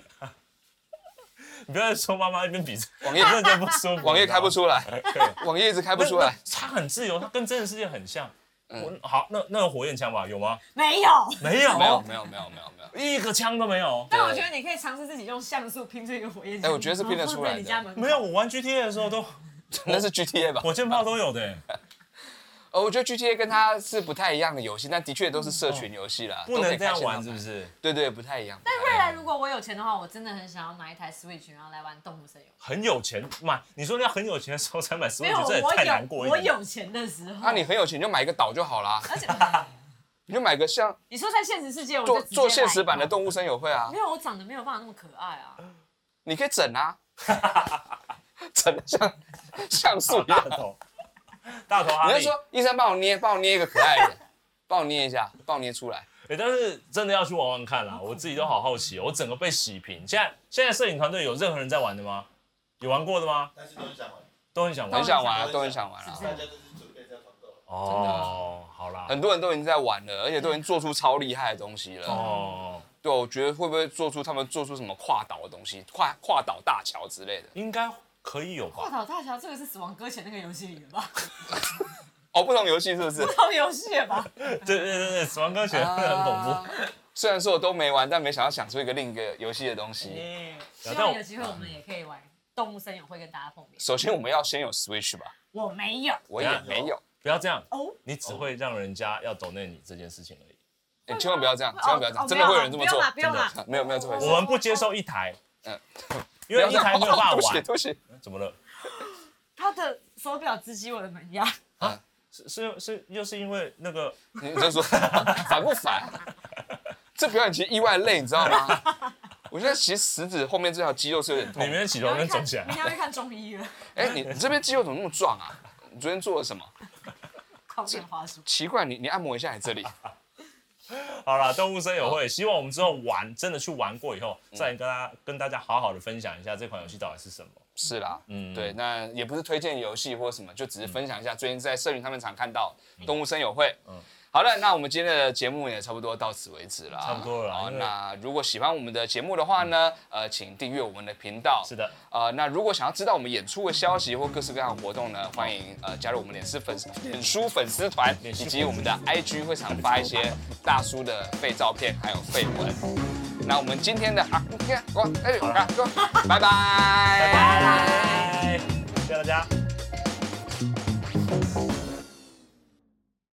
[SPEAKER 3] 你不要再说妈妈一边比 着，
[SPEAKER 1] 网页
[SPEAKER 3] 真的不舒服，
[SPEAKER 1] 网页开不出来，
[SPEAKER 3] 对，
[SPEAKER 1] 网页一直开
[SPEAKER 3] 开
[SPEAKER 1] 不出来。，嗯
[SPEAKER 3] 他很自由，他跟真实世界很像。我好，那那有火焰枪吧？有吗？
[SPEAKER 2] 没有。
[SPEAKER 3] 没有，
[SPEAKER 1] 没有没有没有没有没有，
[SPEAKER 3] 一个枪都没有。
[SPEAKER 2] 但我觉得你可以尝试自己用像素拼出一个火焰。
[SPEAKER 1] 哎我觉得是拼得出来的
[SPEAKER 2] 然后放在你家门口
[SPEAKER 3] 没有，，我玩 GTA 的时候都
[SPEAKER 1] 那是 GTA 吧？
[SPEAKER 3] 火箭炮都有的、欸，
[SPEAKER 1] 呃，我觉得 GTA 跟它是不太一样的游戏，但的确都是社群游戏啦，
[SPEAKER 3] 嗯哦不
[SPEAKER 1] 都可
[SPEAKER 3] 能
[SPEAKER 1] 以
[SPEAKER 3] 这样玩，
[SPEAKER 1] 开线上啊
[SPEAKER 3] 是不是？
[SPEAKER 1] 对对，不太一样。不太一
[SPEAKER 2] 未
[SPEAKER 1] 样
[SPEAKER 2] 来如果我有钱的话，我真的很想要买一台 Switch，然后来玩《动物森友
[SPEAKER 3] 很有钱买，你说你要很有钱的时候才买
[SPEAKER 2] 会》。没
[SPEAKER 3] Switch，这也太难
[SPEAKER 2] 有，
[SPEAKER 3] 过
[SPEAKER 2] 我
[SPEAKER 3] 一
[SPEAKER 2] 有
[SPEAKER 3] 点。
[SPEAKER 2] 我有钱的时候，
[SPEAKER 1] 那啊你很有钱，你就买一个岛就好啦，
[SPEAKER 2] 而且
[SPEAKER 1] 你就买个像
[SPEAKER 2] 你说在现实世界，我就
[SPEAKER 1] 做
[SPEAKER 2] 直接
[SPEAKER 1] 做现实
[SPEAKER 2] 来
[SPEAKER 1] 版
[SPEAKER 2] 一
[SPEAKER 1] 的
[SPEAKER 2] 个
[SPEAKER 1] 动物森友会啊
[SPEAKER 2] 没，有，我长得没有办法那么可爱啊。
[SPEAKER 1] 你可以整啊， 整得像像素一
[SPEAKER 3] 大
[SPEAKER 1] 样。
[SPEAKER 3] 头，大头阿
[SPEAKER 1] 你
[SPEAKER 3] 力。
[SPEAKER 1] 就说医生帮我捏，帮我捏一个可爱一点， 帮我捏一下，帮我捏出来。
[SPEAKER 3] 哎、但是真的要去玩玩看啦，我自己都好好奇哦，我整个被洗屏。现在现在摄影团队有任何人在玩的吗？有玩过的吗？
[SPEAKER 4] 但是都是想玩，
[SPEAKER 3] 都很想
[SPEAKER 1] 很
[SPEAKER 3] 玩
[SPEAKER 1] 想玩啊，都很想玩啊。
[SPEAKER 4] 大家都是准备在团购了。
[SPEAKER 3] 哦。好啦，
[SPEAKER 1] 很多人都已经在玩了，而且都已经做出超厉害的东西了。
[SPEAKER 3] 哦，
[SPEAKER 1] 对，我觉得会不会做出他们做出什么跨岛的东西，跨跨岛大桥之类的？
[SPEAKER 3] 应该可以有
[SPEAKER 2] 大
[SPEAKER 3] 吧？
[SPEAKER 2] 岛大桥这个是死亡搁浅那个游戏里的吧？
[SPEAKER 1] 哦，不同游戏是不是？
[SPEAKER 2] 同游戏了吧？
[SPEAKER 3] 对 对对对，死亡歌曲很恐怖。
[SPEAKER 1] 啊虽然说我都没玩，但没想到想出一个另一个游戏的东西。
[SPEAKER 2] 哎希
[SPEAKER 3] 但
[SPEAKER 2] 望
[SPEAKER 3] 我
[SPEAKER 2] 有
[SPEAKER 1] 啊
[SPEAKER 2] 机会我们也可以玩动物森友会跟大家碰面。哦
[SPEAKER 1] 首先我们要先有 Switch 吧，
[SPEAKER 2] 我没有
[SPEAKER 1] 我也没有。
[SPEAKER 3] 不要这样，
[SPEAKER 2] 哦，
[SPEAKER 3] 你只会让人家要懂内你这件事情而已。
[SPEAKER 1] 你哎千万不要这样，
[SPEAKER 2] 哦
[SPEAKER 1] 千万不要这
[SPEAKER 2] 哦
[SPEAKER 1] 样，真的会有人这么做。
[SPEAKER 2] 不用啦
[SPEAKER 1] 真的没有没有这回事
[SPEAKER 3] 我。们不接受一台，嗯
[SPEAKER 1] 嗯，
[SPEAKER 3] 因为一台没有办法
[SPEAKER 1] 不行
[SPEAKER 3] 玩。
[SPEAKER 1] 对不起，
[SPEAKER 3] 怎么了？
[SPEAKER 2] 他的手表直击我的门牙，
[SPEAKER 3] 是是是，又是因为那个
[SPEAKER 1] 你就说烦不烦？这表演其实意外累，你知道吗？我觉得其实食指后面这条肌肉是有点痛
[SPEAKER 3] 你
[SPEAKER 1] 的。
[SPEAKER 3] 明天起
[SPEAKER 2] 明天
[SPEAKER 3] 床跟
[SPEAKER 2] 看
[SPEAKER 3] 肿起来
[SPEAKER 1] 啊
[SPEAKER 2] 明。天要去看中 医了，
[SPEAKER 1] 哎、你你这边肌肉怎么那么壮啊？你昨天做了什么？
[SPEAKER 2] 靠变花束。
[SPEAKER 1] 奇怪，你你按摩一下你这里。
[SPEAKER 3] 好啦，动物森友会，希望我们之后玩真的去玩过以后，
[SPEAKER 1] 嗯
[SPEAKER 3] 再跟大家跟大家好好的分享一下这款游戏到底是什么。
[SPEAKER 1] 是啦，
[SPEAKER 3] 嗯
[SPEAKER 1] 嗯，对，那也
[SPEAKER 3] 嗯
[SPEAKER 1] 不是推荐游戏或什么，就只是分享一下最近在社群上面常看到《动物森友会》。好了，那我们今天的节目也差不多到此为止了，
[SPEAKER 3] 差不多了
[SPEAKER 1] 好，
[SPEAKER 3] 因为嗯
[SPEAKER 1] 那如果喜欢我们的节目的话呢，呃，请订阅我们的频道。
[SPEAKER 3] 是的。
[SPEAKER 1] 呃，那如果想要知道我们演出的消息或各式各样的活动呢，欢迎呃加入我们脸丝粉丝脸书粉丝团，以
[SPEAKER 3] 脸书
[SPEAKER 1] 及我们的 IG 会常发一些大叔的废照片还有废哎文。那我们今天的啊，你看我，哎，我，拜拜，拜拜。